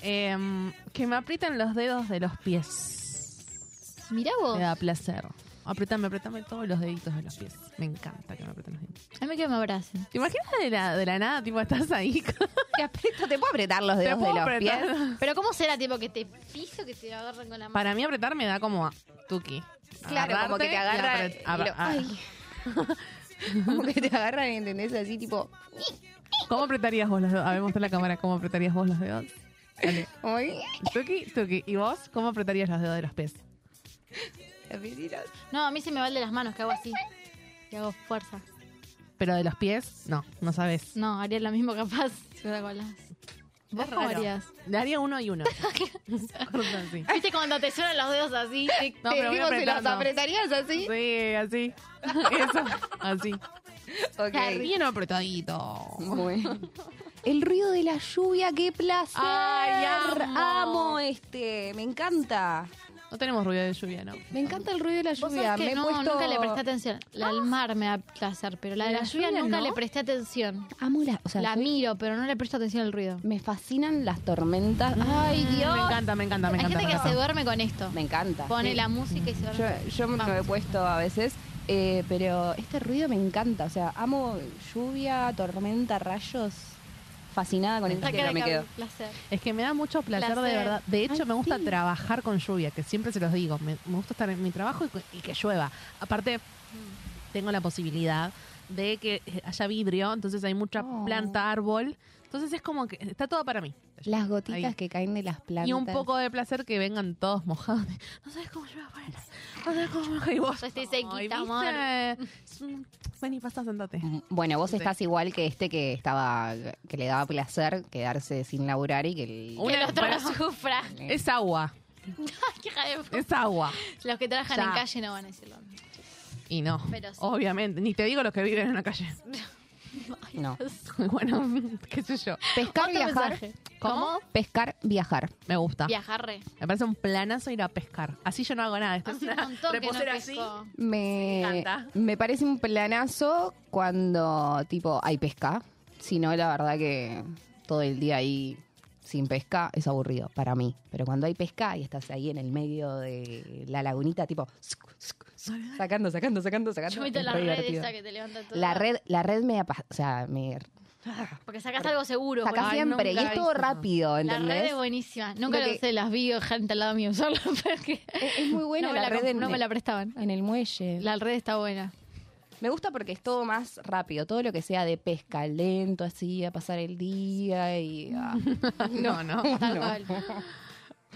Speaker 5: Em, que me aprieten los dedos de los pies.
Speaker 6: Mirá vos.
Speaker 5: Me da placer. Apretame, apretame todos los deditos de los pies. Me encanta que me aprieten los dedos.
Speaker 6: A mí que me abracen.
Speaker 5: ¿Te imaginas de la, de la nada? Tipo, estás ahí.
Speaker 3: Te aprieto, te puedo apretar los
Speaker 5: Te
Speaker 3: dedos de
Speaker 5: puedo
Speaker 3: los
Speaker 5: apretar.
Speaker 3: pies.
Speaker 6: Pero ¿cómo será, tipo, que te piso, que te agarran con la mano?
Speaker 5: Para mí apretar me da como a tuki.
Speaker 3: Claro, como que te agarra
Speaker 5: Agarrarte y apre- abra-
Speaker 3: y lo-
Speaker 5: ah.
Speaker 3: ay. Como que te agarran, ¿entendés? Así tipo,
Speaker 5: ¿Cómo apretarías vos los dedos? A ver, mostrá la cámara. ¿Cómo apretarías vos los dedos? Dale.
Speaker 3: como que-
Speaker 5: Tuki, tuki. ¿Y vos cómo apretarías los dedos de los pies?
Speaker 3: las visitas.
Speaker 6: No, a mí se me va el de las manos, que hago así. Y hago fuerza.
Speaker 5: Pero de los pies, no, no sabes.
Speaker 6: No, haría lo mismo capaz. Si fuera con las... ¿Vos
Speaker 5: Es
Speaker 6: cómo
Speaker 5: raro.
Speaker 6: harías?
Speaker 5: Le haría uno y uno. Corta así.
Speaker 6: ¿Viste cuando te suenan los dedos así?
Speaker 5: No,
Speaker 3: Te
Speaker 5: pero voy
Speaker 3: digo, ¿se los
Speaker 5: apretando.
Speaker 3: apretarías así?
Speaker 5: Sí, así. Eso, así.
Speaker 3: Ok.
Speaker 5: Bien apretadito.
Speaker 3: Bueno. El ruido de la lluvia, qué placer.
Speaker 5: Ay, amo.
Speaker 3: Amo este, me encanta.
Speaker 5: No tenemos ruido de lluvia, ¿no?
Speaker 3: Me encanta el ruido de la
Speaker 6: Vos
Speaker 3: lluvia.
Speaker 6: sabés que
Speaker 3: me he
Speaker 6: no,
Speaker 3: puesto-
Speaker 6: nunca le presté atención. La del mar me da placer, pero la de
Speaker 5: ¿La
Speaker 6: la, lluvia
Speaker 5: lluvia
Speaker 6: nunca
Speaker 5: no?
Speaker 6: le presté atención.
Speaker 3: Amo la, o sea,
Speaker 6: la
Speaker 3: soy-
Speaker 6: miro, pero no le presto atención al ruido.
Speaker 3: me fascinan las tormentas.
Speaker 6: Ah.
Speaker 3: Ay, Dios.
Speaker 5: Me encanta, me encanta, me
Speaker 6: Hay
Speaker 5: encanta. me
Speaker 6: gente que se
Speaker 5: encanta.
Speaker 6: duerme con esto.
Speaker 3: Me encanta.
Speaker 6: Pone
Speaker 3: Sí.
Speaker 6: la música y se duerme.
Speaker 3: Yo, yo me lo he puesto a veces, eh, pero este ruido me encanta. O sea, amo lluvia, tormenta, rayos. Fascinada con el
Speaker 6: Saca
Speaker 3: tema
Speaker 6: de
Speaker 3: me
Speaker 6: cabeza,
Speaker 3: quedo.
Speaker 6: placer.
Speaker 5: Es que me da mucho placer,
Speaker 6: Placer.
Speaker 5: de verdad. De hecho,
Speaker 6: Ay,
Speaker 5: me gusta
Speaker 6: sí.
Speaker 5: trabajar con lluvia, que siempre se los digo. Me, me gusta estar en mi trabajo y, cu- y que llueva. Aparte, tengo la posibilidad de que haya vidrio, entonces hay mucha
Speaker 3: Oh.
Speaker 5: planta, árbol. Entonces es como que está todo para mí.
Speaker 3: Las gotitas
Speaker 5: Ahí.
Speaker 3: que caen de las plantas.
Speaker 5: Y un poco de placer que vengan todos mojados. de, No sabes cómo llueve afuera. No sabes cómo llueve. Y vos.
Speaker 6: Yo estoy
Speaker 5: "Ay,
Speaker 6: sequita,
Speaker 5: ¿viste?
Speaker 6: amor".
Speaker 5: Es un- Ven y pasá, sentate.
Speaker 3: Mm, Bueno, vos
Speaker 5: Sí.
Speaker 3: estás igual que este que estaba que le daba placer quedarse sin laburar y que el-
Speaker 5: Una-
Speaker 6: que el otro
Speaker 5: bueno.
Speaker 6: no sufra.
Speaker 5: Es agua.
Speaker 6: Qué hija de p-
Speaker 5: Es agua.
Speaker 6: Los que trabajan
Speaker 5: Ya.
Speaker 6: en calle no van a decirlo.
Speaker 5: Y no.
Speaker 6: Pero sí.
Speaker 5: Obviamente. Ni te digo los que viven en la calle.
Speaker 3: no.
Speaker 5: bueno, qué sé yo.
Speaker 3: Pescar,
Speaker 6: Otro
Speaker 3: viajar.
Speaker 6: mensaje.
Speaker 5: ¿Cómo?
Speaker 3: Pescar, viajar.
Speaker 5: Me gusta.
Speaker 6: Viajar re.
Speaker 5: Me parece un planazo ir a pescar. Así yo no hago nada. Estoy
Speaker 6: Hace
Speaker 5: en
Speaker 6: un
Speaker 5: una
Speaker 6: montón que no
Speaker 5: reposera
Speaker 6: pesco.
Speaker 3: Me,
Speaker 5: encanta.
Speaker 3: me parece un planazo cuando, tipo, hay pesca. Si no, la verdad que todo el día ahí sin pesca es aburrido para mí. Pero cuando hay pesca y estás ahí en el medio de la lagunita, tipo, sc, sc, sc, sacando, sacando, sacando, sacando.
Speaker 6: Yo meto
Speaker 3: es
Speaker 6: la
Speaker 3: re
Speaker 6: red
Speaker 3: divertido.
Speaker 6: esa que te levanta todo.
Speaker 3: La red, la red me, apa- o sea, me
Speaker 6: Porque sacas algo seguro.
Speaker 3: saca
Speaker 6: porque-
Speaker 3: siempre y
Speaker 5: nunca
Speaker 3: es todo
Speaker 5: hice eso.
Speaker 3: rápido,
Speaker 6: La red
Speaker 3: ¿entendés?
Speaker 6: es buenísima. Nunca
Speaker 3: Lo
Speaker 6: lo
Speaker 3: que-
Speaker 6: usé, las vi gente al lado mío solo porque
Speaker 3: Es, es muy buena
Speaker 6: no, me
Speaker 3: la,
Speaker 6: la
Speaker 3: red
Speaker 6: comp-
Speaker 3: en,
Speaker 6: no me la prestaban.
Speaker 3: en el muelle.
Speaker 6: La red está buena.
Speaker 3: Me gusta porque es todo más rápido, todo lo que sea de pesca lento, así, a pasar el día y... ah.
Speaker 5: así. No, no.
Speaker 6: Tal cual.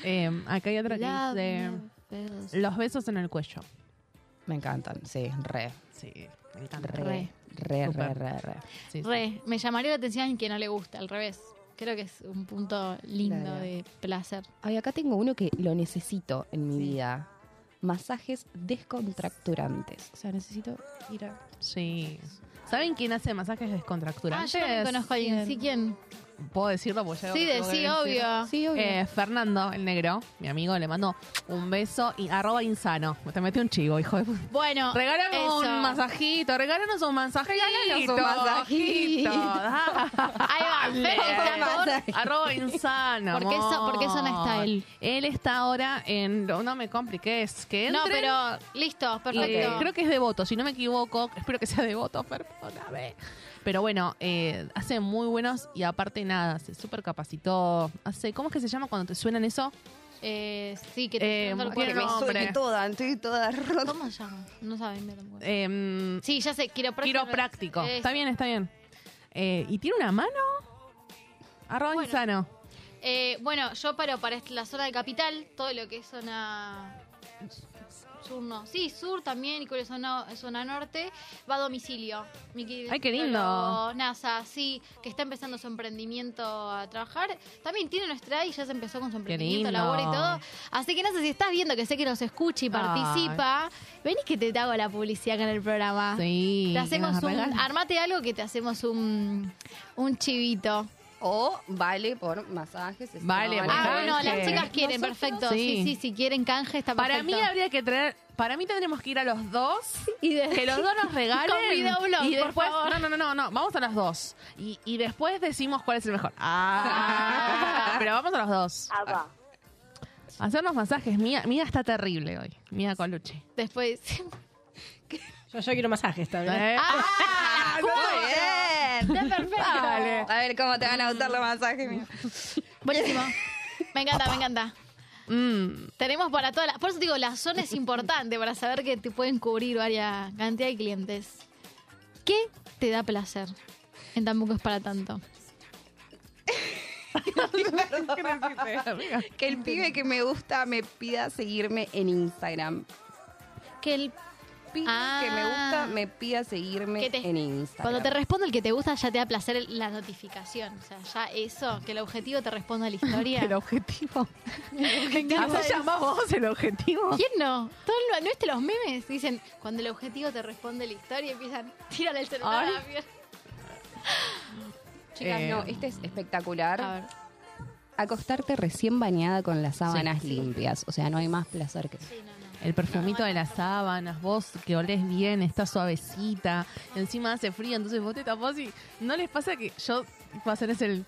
Speaker 5: Eh, acá hay otra que
Speaker 6: Love
Speaker 5: dice...
Speaker 6: never fails.
Speaker 5: Los besos en el cuello.
Speaker 3: Me encantan, sí, re,
Speaker 5: Sí, me encanta.
Speaker 3: re, re, re, re, re.
Speaker 5: Sí, sí.
Speaker 6: Re, me llamaría la atención en que no le gusta, al revés. Creo que es un punto lindo
Speaker 3: Claro.
Speaker 6: de placer. Ah,
Speaker 3: Ay, acá tengo uno que lo necesito en mi vida. Masajes descontracturantes. O sea, necesito ir a...
Speaker 5: Sí. ¿Saben quién hace masajes descontracturantes?
Speaker 6: Ah, yo no conozco a alguien. ¿Sí quién?
Speaker 5: ¿Puedo decirlo? Porque ya tengo
Speaker 6: Sí, de,
Speaker 5: que
Speaker 6: sí,
Speaker 5: decirlo.
Speaker 6: obvio.
Speaker 3: Sí, obvio.
Speaker 5: Eh, Fernando, el negro, mi amigo, le mando un beso y arroba insano. Te metí un chivo, hijo de puta.
Speaker 6: Bueno,
Speaker 5: Regálanos
Speaker 6: eso.
Speaker 5: un masajito, regálanos un masajito.
Speaker 3: Regálanos un masajito.
Speaker 5: Ahí
Speaker 6: Ahí va,
Speaker 3: Masaje.
Speaker 5: Arroba insano.
Speaker 6: ¿Por qué eso-
Speaker 5: amor.
Speaker 6: por qué eso no está él?
Speaker 5: Él está ahora en. No, no me compliques. Que
Speaker 6: No,
Speaker 5: entren
Speaker 6: pero listo,
Speaker 5: y, eh,
Speaker 6: perfecto.
Speaker 5: creo que es devoto, si no me equivoco. Espero que sea devoto, perdóname. Pero bueno, eh, hace muy buenos y aparte nada, se súper capacitó. Hace, ¿cómo es que se llama cuando te suenan eso?
Speaker 6: Eh, sí, que te
Speaker 5: Eh,
Speaker 6: siento el
Speaker 5: tiene
Speaker 6: cuerpo.
Speaker 5: nombre. Hombre.
Speaker 3: toda, estoy toda rota.
Speaker 6: ¿Cómo se llama? No saben, me tampoco.
Speaker 5: Eh,
Speaker 6: Sí, ya sé, quiropráctico.
Speaker 5: quiropráctico.
Speaker 6: Es-
Speaker 5: Está bien, está bien. Eh, ¿Y tiene una mano? Arroba
Speaker 6: Bueno.
Speaker 5: insano.
Speaker 6: Eh, bueno, yo paro para est- la zona de capital, todo lo que es zona sur, no. Sí, sur también, y con la zona, zona norte, va a domicilio. Mi
Speaker 5: Ay, qué
Speaker 6: kinesiólogo,
Speaker 5: lindo.
Speaker 6: NASA, sí, que está empezando su emprendimiento a trabajar. También tiene nuestra edad y ya se empezó con su
Speaker 5: lindo.
Speaker 6: emprendimiento, labor y todo. Así que no sé si estás viendo, que sé que nos escucha y participa. Venís que te hago la publicidad acá en el programa.
Speaker 5: Sí.
Speaker 6: Ah, Te
Speaker 5: ¿qué
Speaker 6: hacemos
Speaker 5: nos
Speaker 6: un,
Speaker 5: regalas?
Speaker 6: armate algo que te hacemos un, un chivito.
Speaker 3: O vale por masajes.
Speaker 5: Vale,
Speaker 3: sesiones.
Speaker 5: por
Speaker 6: Ah, bueno,
Speaker 5: canje.
Speaker 6: las chicas quieren,
Speaker 3: Nosotros-
Speaker 6: perfecto.
Speaker 5: Sí.
Speaker 6: Sí, sí, si quieren canje está perfecto.
Speaker 5: Para mí habría que traer. Para mí tendremos que ir a los dos.
Speaker 6: Y de-
Speaker 5: Que los dos nos regalen.
Speaker 6: Con videoblog,
Speaker 5: y
Speaker 6: por
Speaker 5: después.
Speaker 6: favor.
Speaker 5: No, no, no, no, no. Vamos a los dos. Y, y después decimos cuál es el mejor. Ah, pero vamos a los dos. Hacernos masajes. Mía, Mía está terrible hoy. Mía Colucci.
Speaker 6: Después.
Speaker 7: Yo, yo quiero masajes también.
Speaker 5: ¿Eh?
Speaker 6: ¡Ah!
Speaker 3: Muy bien.
Speaker 6: Está perfecto.
Speaker 5: Vale.
Speaker 3: A ver cómo te van a gustar los masajes. mira.
Speaker 6: Buenísimo. Me encanta, me encanta.
Speaker 5: Mm.
Speaker 6: Tenemos para todas las. Por eso te digo, la zona es importante para saber que te pueden cubrir varias cantidad de clientes. ¿Qué te da placer? En tampoco es para tanto.
Speaker 3: Que el pibe que me gusta me pida seguirme en Instagram.
Speaker 6: Que el-
Speaker 3: Pibe
Speaker 6: Ah.
Speaker 3: que me gusta me pida seguirme
Speaker 6: Que te-
Speaker 3: en Instagram.
Speaker 6: cuando te responde el que te gusta, ya te da placer el- la notificación. O sea, ya eso, que el objetivo te responda a la historia.
Speaker 5: El objetivo.
Speaker 6: Me encanta
Speaker 5: ¿Así
Speaker 6: eso.
Speaker 5: llamás vos el objetivo?
Speaker 6: ¿Quién no? ¿Todo lo- ¿No viste los memes? Dicen, cuando el objetivo te responde la historia, empiezan, tírale el celular
Speaker 5: Ay.
Speaker 6: a la mierda.
Speaker 3: Chicas,
Speaker 5: Eh,
Speaker 3: no, este es espectacular.
Speaker 6: A ver.
Speaker 3: Acostarte recién bañada con las sábanas
Speaker 6: Sí.
Speaker 3: limpias. O sea, no hay más placer que eso.
Speaker 6: Sí, no, no.
Speaker 5: El perfumito de las sábanas, vos que olés bien, está suavecita, encima hace frío, entonces vos te tapás y no les pasa que yo puedo hacer ese el...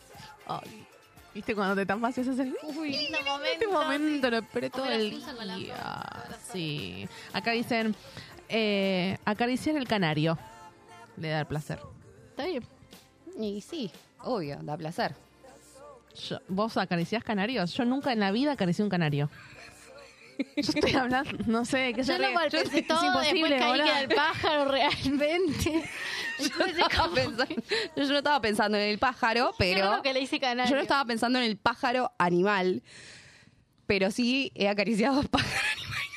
Speaker 5: ay, ¿Viste cuando te tapas y haces el...
Speaker 6: Uy, lindo momento.
Speaker 5: este momento lo esperé todo
Speaker 6: Homero
Speaker 5: el
Speaker 6: Simpson con la
Speaker 5: día.
Speaker 6: foto, con la
Speaker 5: Sí. Acá dicen, eh, acariciar el canario. Le da el placer.
Speaker 6: Está bien.
Speaker 3: Y sí, obvio, da placer.
Speaker 5: Yo- ¿Vos acariciás canarios? Yo nunca en la vida acaricié un canario. Yo estoy hablando, no sé, que
Speaker 6: Yo lo malpensé todo, después caí que era el pájaro realmente. Entonces, como-
Speaker 3: Yo no estaba pensando en el pájaro, pero.
Speaker 6: creo que le hice canario.
Speaker 3: Yo no estaba pensando en el pájaro animal, pero sí he acariciado pájaro animal.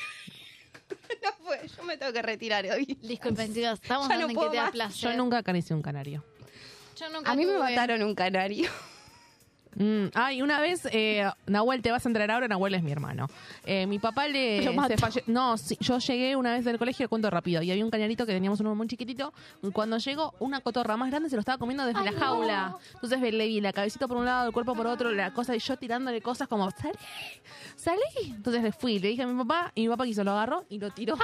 Speaker 3: No fue, yo me tengo que retirar hoy.
Speaker 6: Disculpen, chicas, estamos
Speaker 3: Ya no
Speaker 6: hablando en
Speaker 3: puedo
Speaker 6: que te da
Speaker 3: más.
Speaker 6: placer.
Speaker 5: Yo nunca acaricié un canario.
Speaker 6: Yo nunca
Speaker 3: A mí me
Speaker 6: tuve.
Speaker 3: mataron un canario.
Speaker 5: Mm, ay, una vez, eh, Nahuel, te vas a enterar ahora, Nahuel es mi hermano. Eh, mi papá le...
Speaker 6: Lo
Speaker 5: se
Speaker 6: mato.
Speaker 5: falle- No, sí, yo llegué una vez del colegio, cuento rápido, y había un cañarito que teníamos uno muy chiquitito, y cuando llegó, una cotorra más grande se lo estaba comiendo desde
Speaker 6: Ay,
Speaker 5: la
Speaker 6: no.
Speaker 5: jaula. Entonces le vi la cabecita por un lado, el cuerpo por otro, la cosa, y yo tirándole cosas como, salí, salí. Entonces le fui, le dije a mi papá, y mi papá quiso, lo agarró y lo tiró.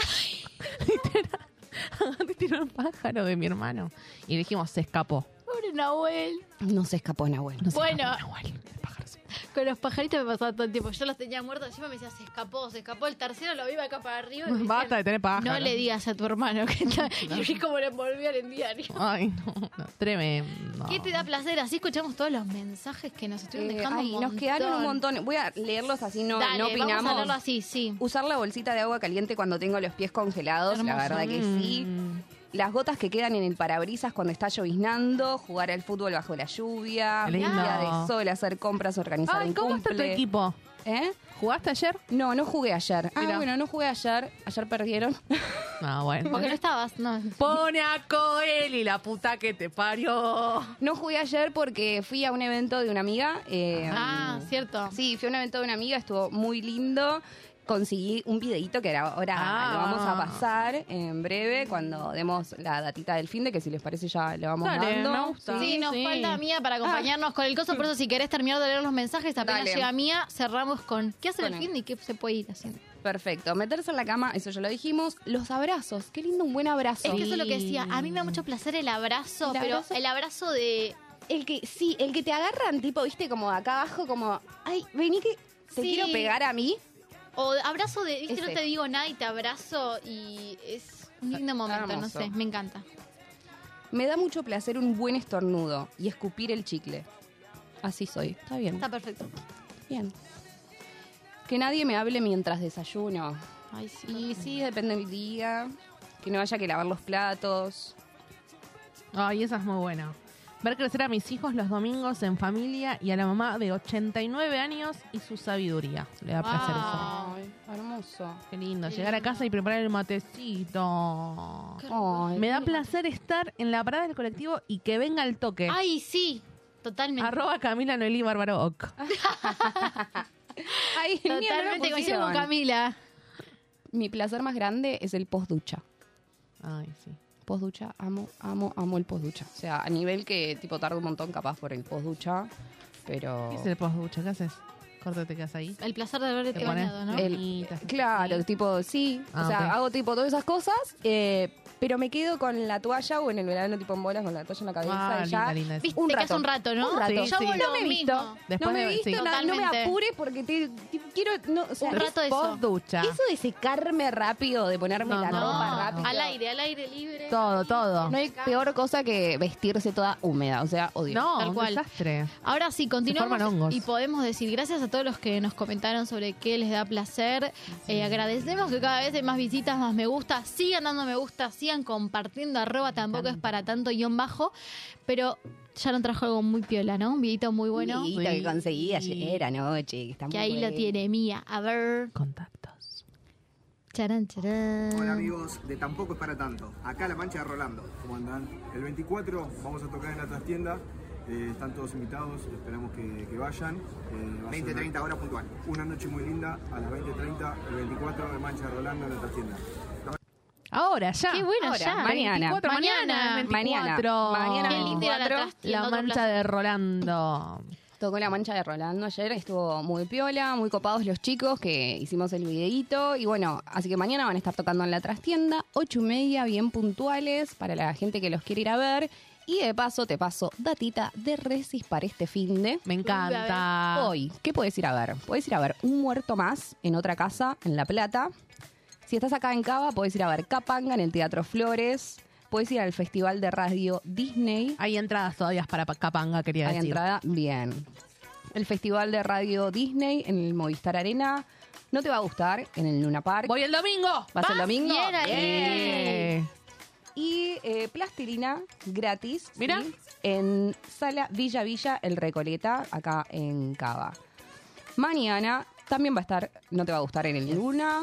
Speaker 5: Literal. tiró el pájaro de mi hermano. Y le dijimos, se escapó.
Speaker 6: Pobre Nahuel.
Speaker 3: No se escapó Nahuel.
Speaker 5: No se
Speaker 6: Bueno.
Speaker 5: escapó, Nahuel, el pájaro se-
Speaker 6: Con los pajaritos me pasaba todo el tiempo. Yo los tenía muertos. Encima me decía, se escapó, se escapó. El tercero lo iba acá para arriba. y me decían,
Speaker 5: Basta de tener pájaros.
Speaker 6: No le digas a tu hermano que está. Y vi cómo lo envolvían en diario.
Speaker 5: Ay, no, no, tremendo.
Speaker 6: ¿Qué te da placer? Así escuchamos todos los mensajes que nos estuvieron
Speaker 3: Eh,
Speaker 6: dejando.
Speaker 3: ay,
Speaker 6: un
Speaker 3: nos quedaron un montón. Voy a leerlos así, no,
Speaker 6: Dale,
Speaker 3: no opinamos.
Speaker 6: Vamos a hablarlo así, sí.
Speaker 3: Usar la bolsita de agua caliente cuando tengo los pies congelados, la
Speaker 6: Hermoso.
Speaker 3: verdad que sí.
Speaker 5: Mm.
Speaker 3: Las gotas que quedan en el parabrisas cuando está lloviznando, jugar al fútbol bajo la lluvia,
Speaker 5: Qué
Speaker 3: un día
Speaker 5: lindo.
Speaker 3: de sol, hacer compras, organizar
Speaker 5: Ay,
Speaker 3: un
Speaker 5: ¿cómo está tu
Speaker 3: cumple.
Speaker 5: equipo?
Speaker 3: ¿Eh?
Speaker 5: ¿Jugaste ayer?
Speaker 3: No, no jugué ayer. Ah,
Speaker 5: Mirá.
Speaker 3: bueno, no jugué ayer. Ayer perdieron.
Speaker 5: No, Ah, bueno.
Speaker 6: Porque
Speaker 3: Eh.
Speaker 6: no estabas, no.
Speaker 5: Pone a Coel y la puta que te parió.
Speaker 3: no jugué ayer porque fui a un evento de una amiga. eh,
Speaker 6: Ah, cierto.
Speaker 3: Sí, fui a un evento de una amiga, estuvo muy lindo. Conseguí un videito que ahora
Speaker 5: Ah.
Speaker 3: lo vamos a pasar en breve cuando demos la datita del fin de que si les parece ya le vamos
Speaker 5: Dale,
Speaker 3: dando.
Speaker 5: me gusta.
Speaker 6: Sí, nos
Speaker 5: sí.
Speaker 6: falta Mía
Speaker 3: Ah.
Speaker 6: para acompañarnos con el coso. Por eso, si querés terminar de leer los mensajes, apenas
Speaker 3: Dale.
Speaker 6: llega Mía, cerramos con ¿qué hacer el
Speaker 3: Con el-
Speaker 6: fin y qué se puede ir haciendo?
Speaker 3: Perfecto. Meterse en la cama, eso ya lo dijimos. Los abrazos. Qué lindo un buen abrazo.
Speaker 6: Es que eso es lo que decía. A mí me da mucho placer el abrazo,
Speaker 3: El
Speaker 6: pero
Speaker 3: abrazo-
Speaker 6: el abrazo de.
Speaker 3: El que, sí, el que te agarran, tipo, viste, como acá abajo, como, ay, vení que te
Speaker 6: Sí.
Speaker 3: quiero pegar a mí.
Speaker 6: O abrazo de. ¿viste? No
Speaker 3: Ese.
Speaker 6: te digo nada y te abrazo y es un lindo momento, no
Speaker 3: hermoso.
Speaker 6: sé, me encanta.
Speaker 3: Me da mucho placer un buen estornudo y escupir el chicle. Así soy. Está bien.
Speaker 6: Está perfecto.
Speaker 3: bien. Que nadie me hable mientras desayuno.
Speaker 6: Ay, sí.
Speaker 3: Y sí, depende del día. Que no haya que lavar los platos.
Speaker 5: Ay, esa es muy buena. Ver crecer a mis hijos los domingos en familia y a la mamá de 89 años y su sabiduría. Le da placer eso.
Speaker 3: Ay, hermoso.
Speaker 5: Qué lindo. Llegar a casa y preparar el matecito.
Speaker 3: Ay,
Speaker 5: Me da placer estar en la parada del colectivo y que venga el toque.
Speaker 6: Ay, sí. Totalmente.
Speaker 5: Arroba Camila Noelí Bárbaro Oc.
Speaker 3: Ay, ni hablar
Speaker 6: Totalmente coincido
Speaker 3: pusieron.
Speaker 6: con Camila.
Speaker 3: Mi placer más grande es el post ducha.
Speaker 5: Ay, sí.
Speaker 3: Post ducha, amo, amo, amo el post ducha. O sea, a nivel que tipo tardo un montón capaz por el post ducha, pero
Speaker 5: ¿Qué es el postducha? ¿Qué haces? Córtate, ¿qué haces ahí?
Speaker 6: El placer de haberte
Speaker 5: Te pones
Speaker 6: bañado, ¿no?
Speaker 3: el-
Speaker 5: bonitas,
Speaker 3: claro, tipo sí,
Speaker 5: Ah,
Speaker 3: o sea,
Speaker 5: ok.
Speaker 3: hago tipo todas esas cosas, eh, pero me quedo con la toalla o en el verano tipo en bolas con la toalla en la cabeza
Speaker 5: Ah,
Speaker 3: y ya
Speaker 5: linda, linda esa.
Speaker 6: Viste que hace un rato, ¿no?
Speaker 3: Un rato.
Speaker 5: Sí,
Speaker 6: Yo
Speaker 5: sí.
Speaker 6: hago
Speaker 3: No
Speaker 6: lo
Speaker 3: me he visto,
Speaker 6: mismo.
Speaker 5: Después
Speaker 3: no me he
Speaker 5: de-
Speaker 3: visto,
Speaker 5: sí.
Speaker 3: na- no me
Speaker 6: Totalmente.
Speaker 3: apures porque te, te quiero, no, o sea,
Speaker 6: Un rato de eso.
Speaker 5: Postducha.
Speaker 3: eso de secarme rápido, de ponerme
Speaker 5: No,
Speaker 3: la
Speaker 5: no,
Speaker 3: ropa
Speaker 5: no.
Speaker 3: rápido.
Speaker 6: Al aire, al aire libre.
Speaker 5: Todo, todo.
Speaker 3: No hay peor cosa que vestirse toda húmeda, o sea, odio.
Speaker 5: No,
Speaker 6: Tal
Speaker 5: un
Speaker 6: cual.
Speaker 5: desastre.
Speaker 6: Ahora sí,
Speaker 5: forman
Speaker 6: continuamos
Speaker 5: hongos.
Speaker 6: y podemos decir gracias a todos los que nos comentaron sobre qué les da placer. Eh, agradecemos que cada vez hay más visitas, más me gusta. Sigan dando me gusta, sigan compartiendo. Arroba tampoco es para tanto guión bajo. Pero ya nos trajo algo muy piola, ¿no? Un videito muy bueno.
Speaker 3: Amiguito que conseguí ayer anoche, que está
Speaker 6: Que
Speaker 3: muy
Speaker 6: ahí lo
Speaker 3: bueno.
Speaker 6: tiene Mía. A ver.
Speaker 5: Contactos.
Speaker 6: Charán, charán.
Speaker 10: Hola amigos, de tampoco es para tanto. Acá la mancha de Rolando. ¿Cómo andan? El 24 vamos a tocar en la trastienda. Eh, están todos invitados, esperamos que, que vayan. Eh, 20-30 horas puntual. Una noche muy linda, a las 20.30, el 24 de mancha de Rolando en la trastienda.
Speaker 5: Ahora, ya.
Speaker 6: Qué bueno,
Speaker 3: Ahora,
Speaker 6: ya.
Speaker 3: mañana.
Speaker 5: 24, mañana. es
Speaker 3: Mañana.
Speaker 5: 24.
Speaker 3: Mañana
Speaker 6: Qué lindo ir a la
Speaker 3: 24,
Speaker 6: trastienda,
Speaker 5: La
Speaker 6: otro
Speaker 5: mancha
Speaker 6: placer.
Speaker 5: de Rolando.
Speaker 3: Tocó la mancha de Rolando ayer, estuvo muy piola, muy copados los chicos que hicimos el videíto. Y bueno, así que mañana van a estar tocando en la trastienda, ocho y media, bien puntuales, para la gente que los quiere ir a ver. Y de paso, te paso datita de Resis para este fin de.
Speaker 5: Me encanta.
Speaker 3: Hoy, ¿qué puedes ir a ver? Puedes ir a ver Un Muerto Más en otra casa, en La Plata. Si estás acá en Cava, puedes ir a ver Capanga en el Teatro Flores. Puedes ir al Festival de Radio Disney.
Speaker 5: Hay entradas todavía para pa- Capanga, quería
Speaker 3: Hay
Speaker 5: decir.
Speaker 3: entrada, bien. El Festival de Radio Disney en el Movistar Arena. No te va a gustar en el Luna Park.
Speaker 5: Voy Ah, el domingo.
Speaker 3: ¿Vas el domingo?
Speaker 6: Bien ahí.
Speaker 5: Eh,
Speaker 3: Y eh, plastilina gratis.
Speaker 5: Mirá.
Speaker 3: ¿sí? En Sala Villa Villa, El Recoleta, acá en Cava. Mañana también va a estar, no te va a gustar en el Luna.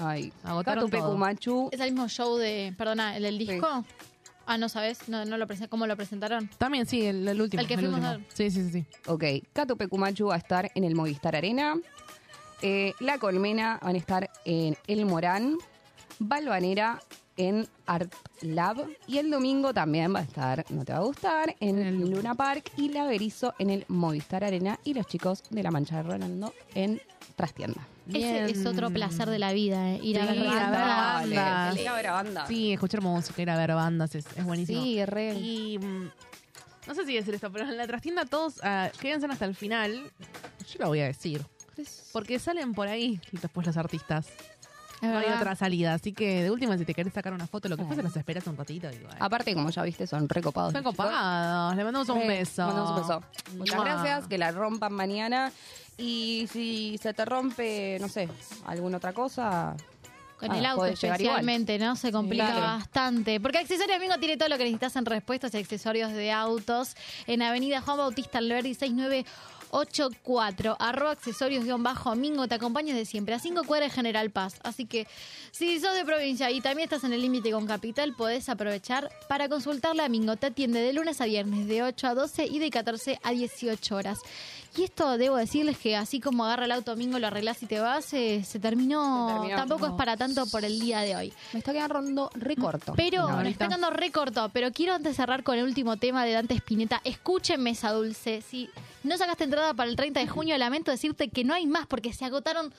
Speaker 3: Ay,
Speaker 5: Agotaron
Speaker 3: Tatu
Speaker 5: todo.
Speaker 3: Pecumachu.
Speaker 6: Es el mismo show de. Perdona, el del disco. Ah, no sabes. No, no lo presen- ¿Cómo lo presentaron?
Speaker 5: También, sí, el, el último.
Speaker 6: El que fuimos
Speaker 5: último.
Speaker 6: a ver.
Speaker 5: Sí, sí, sí, sí.
Speaker 3: Ok, Cato Pecumachu va a estar en el Movistar Arena. Eh, La Colmena van a estar en El Morán. Balvanera en Art Lab. Y el domingo también va a estar, no te va a gustar, en el Luna Park. Y La Berizo en el Movistar Arena. Y los chicos de La Mancha de Rolando en Trastienda.
Speaker 5: Bien.
Speaker 6: Ese es otro placer de la vida, eh, ir a
Speaker 5: Sí,
Speaker 6: ver
Speaker 5: ir a
Speaker 6: bandas.
Speaker 5: ver bandas. banda.
Speaker 3: Sí, ahora banda.
Speaker 5: Sí, escuchar música, ir a ver bandas es, es buenísimo.
Speaker 3: Sí, re.
Speaker 5: Y mm, no sé si decir esto, pero en la trastienda todos ah, quédense hasta el final. Yo lo voy a decir. Porque salen por ahí después los artistas.
Speaker 6: Es
Speaker 5: No hay
Speaker 6: verdad.
Speaker 5: otra salida. Así que de última, si te querés sacar una foto, lo que
Speaker 3: Claro.
Speaker 5: fuese, los esperas un ratito. Digo,
Speaker 6: Ah,
Speaker 5: ay,
Speaker 3: Aparte, como ya viste, son recopados.
Speaker 5: Están
Speaker 3: los chicos.
Speaker 5: copados. Le mandamos un
Speaker 3: Re,
Speaker 5: beso.
Speaker 3: mandamos un beso. Muchas
Speaker 5: Mua.
Speaker 3: gracias, que la rompan mañana. Y si se te rompe, no sé, alguna otra cosa.
Speaker 6: Con
Speaker 3: ah,
Speaker 6: el auto
Speaker 3: podés llegar igual.
Speaker 6: especialmente, ¿no? Se complica
Speaker 3: Claro.
Speaker 6: bastante. Porque Accesorios Amigo tiene todo lo que necesitas en repuestos y accesorios de autos. En Avenida Juan Bautista Alberdi 6984. Arroba accesorios guión bajo Mingo. Te acompaño de siempre. A 5 cuadras de General Paz. Así que si sos de provincia y también estás en el límite con Capital, podés aprovechar para consultarla a Mingo. Te atiende de lunes a viernes de 8 a 12 y de 14 a 18 horas. Y esto debo decirles que así como agarra el auto Mingo, lo arreglás y te vas, eh, se terminó.
Speaker 3: Se terminó.
Speaker 6: Tampoco es para tanto por el día de hoy.
Speaker 3: Me está quedando recorto.
Speaker 6: Pero
Speaker 5: Una
Speaker 6: me
Speaker 5: horita.
Speaker 6: está quedando re corto, pero quiero antes cerrar con el último tema de Dante Spinetta. Escuchen Mesa Dulce. Si no sacaste entrada para el 30 de junio, lamento decirte que no hay más porque se agotaron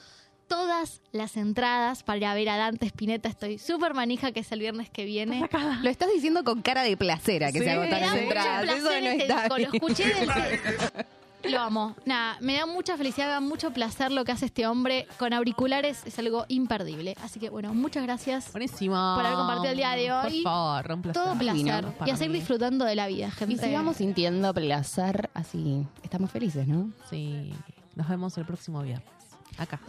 Speaker 6: todas las entradas para ir a ver a Dante Spinetta. Estoy súper manija que es el viernes que viene.
Speaker 3: Lo estás diciendo con cara de placer a que
Speaker 5: Sí,
Speaker 3: se
Speaker 6: Me
Speaker 3: agotaron
Speaker 6: da
Speaker 3: las
Speaker 6: mucho
Speaker 3: entradas. Eso
Speaker 6: placer
Speaker 3: no
Speaker 6: este
Speaker 3: está
Speaker 6: disco. Lo
Speaker 3: bien.
Speaker 6: escuché desde, Lo amo. Nada, me da mucha felicidad, me da mucho placer lo que hace este hombre con auriculares. Es algo imperdible. Así que, bueno, muchas gracias.
Speaker 5: Buenísimo.
Speaker 6: Por haber compartido el día de hoy.
Speaker 5: Por favor, un placer.
Speaker 6: Todo placer.
Speaker 5: Divino.
Speaker 6: Y a seguir
Speaker 5: Para mí.
Speaker 6: disfrutando de la vida, gente.
Speaker 3: Y sigamos sintiendo placer así. Estamos felices, ¿no?
Speaker 5: Sí. Nos vemos el próximo viernes. Acá.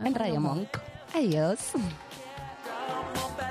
Speaker 3: En Radio Monk. Adiós.
Speaker 4: Monk.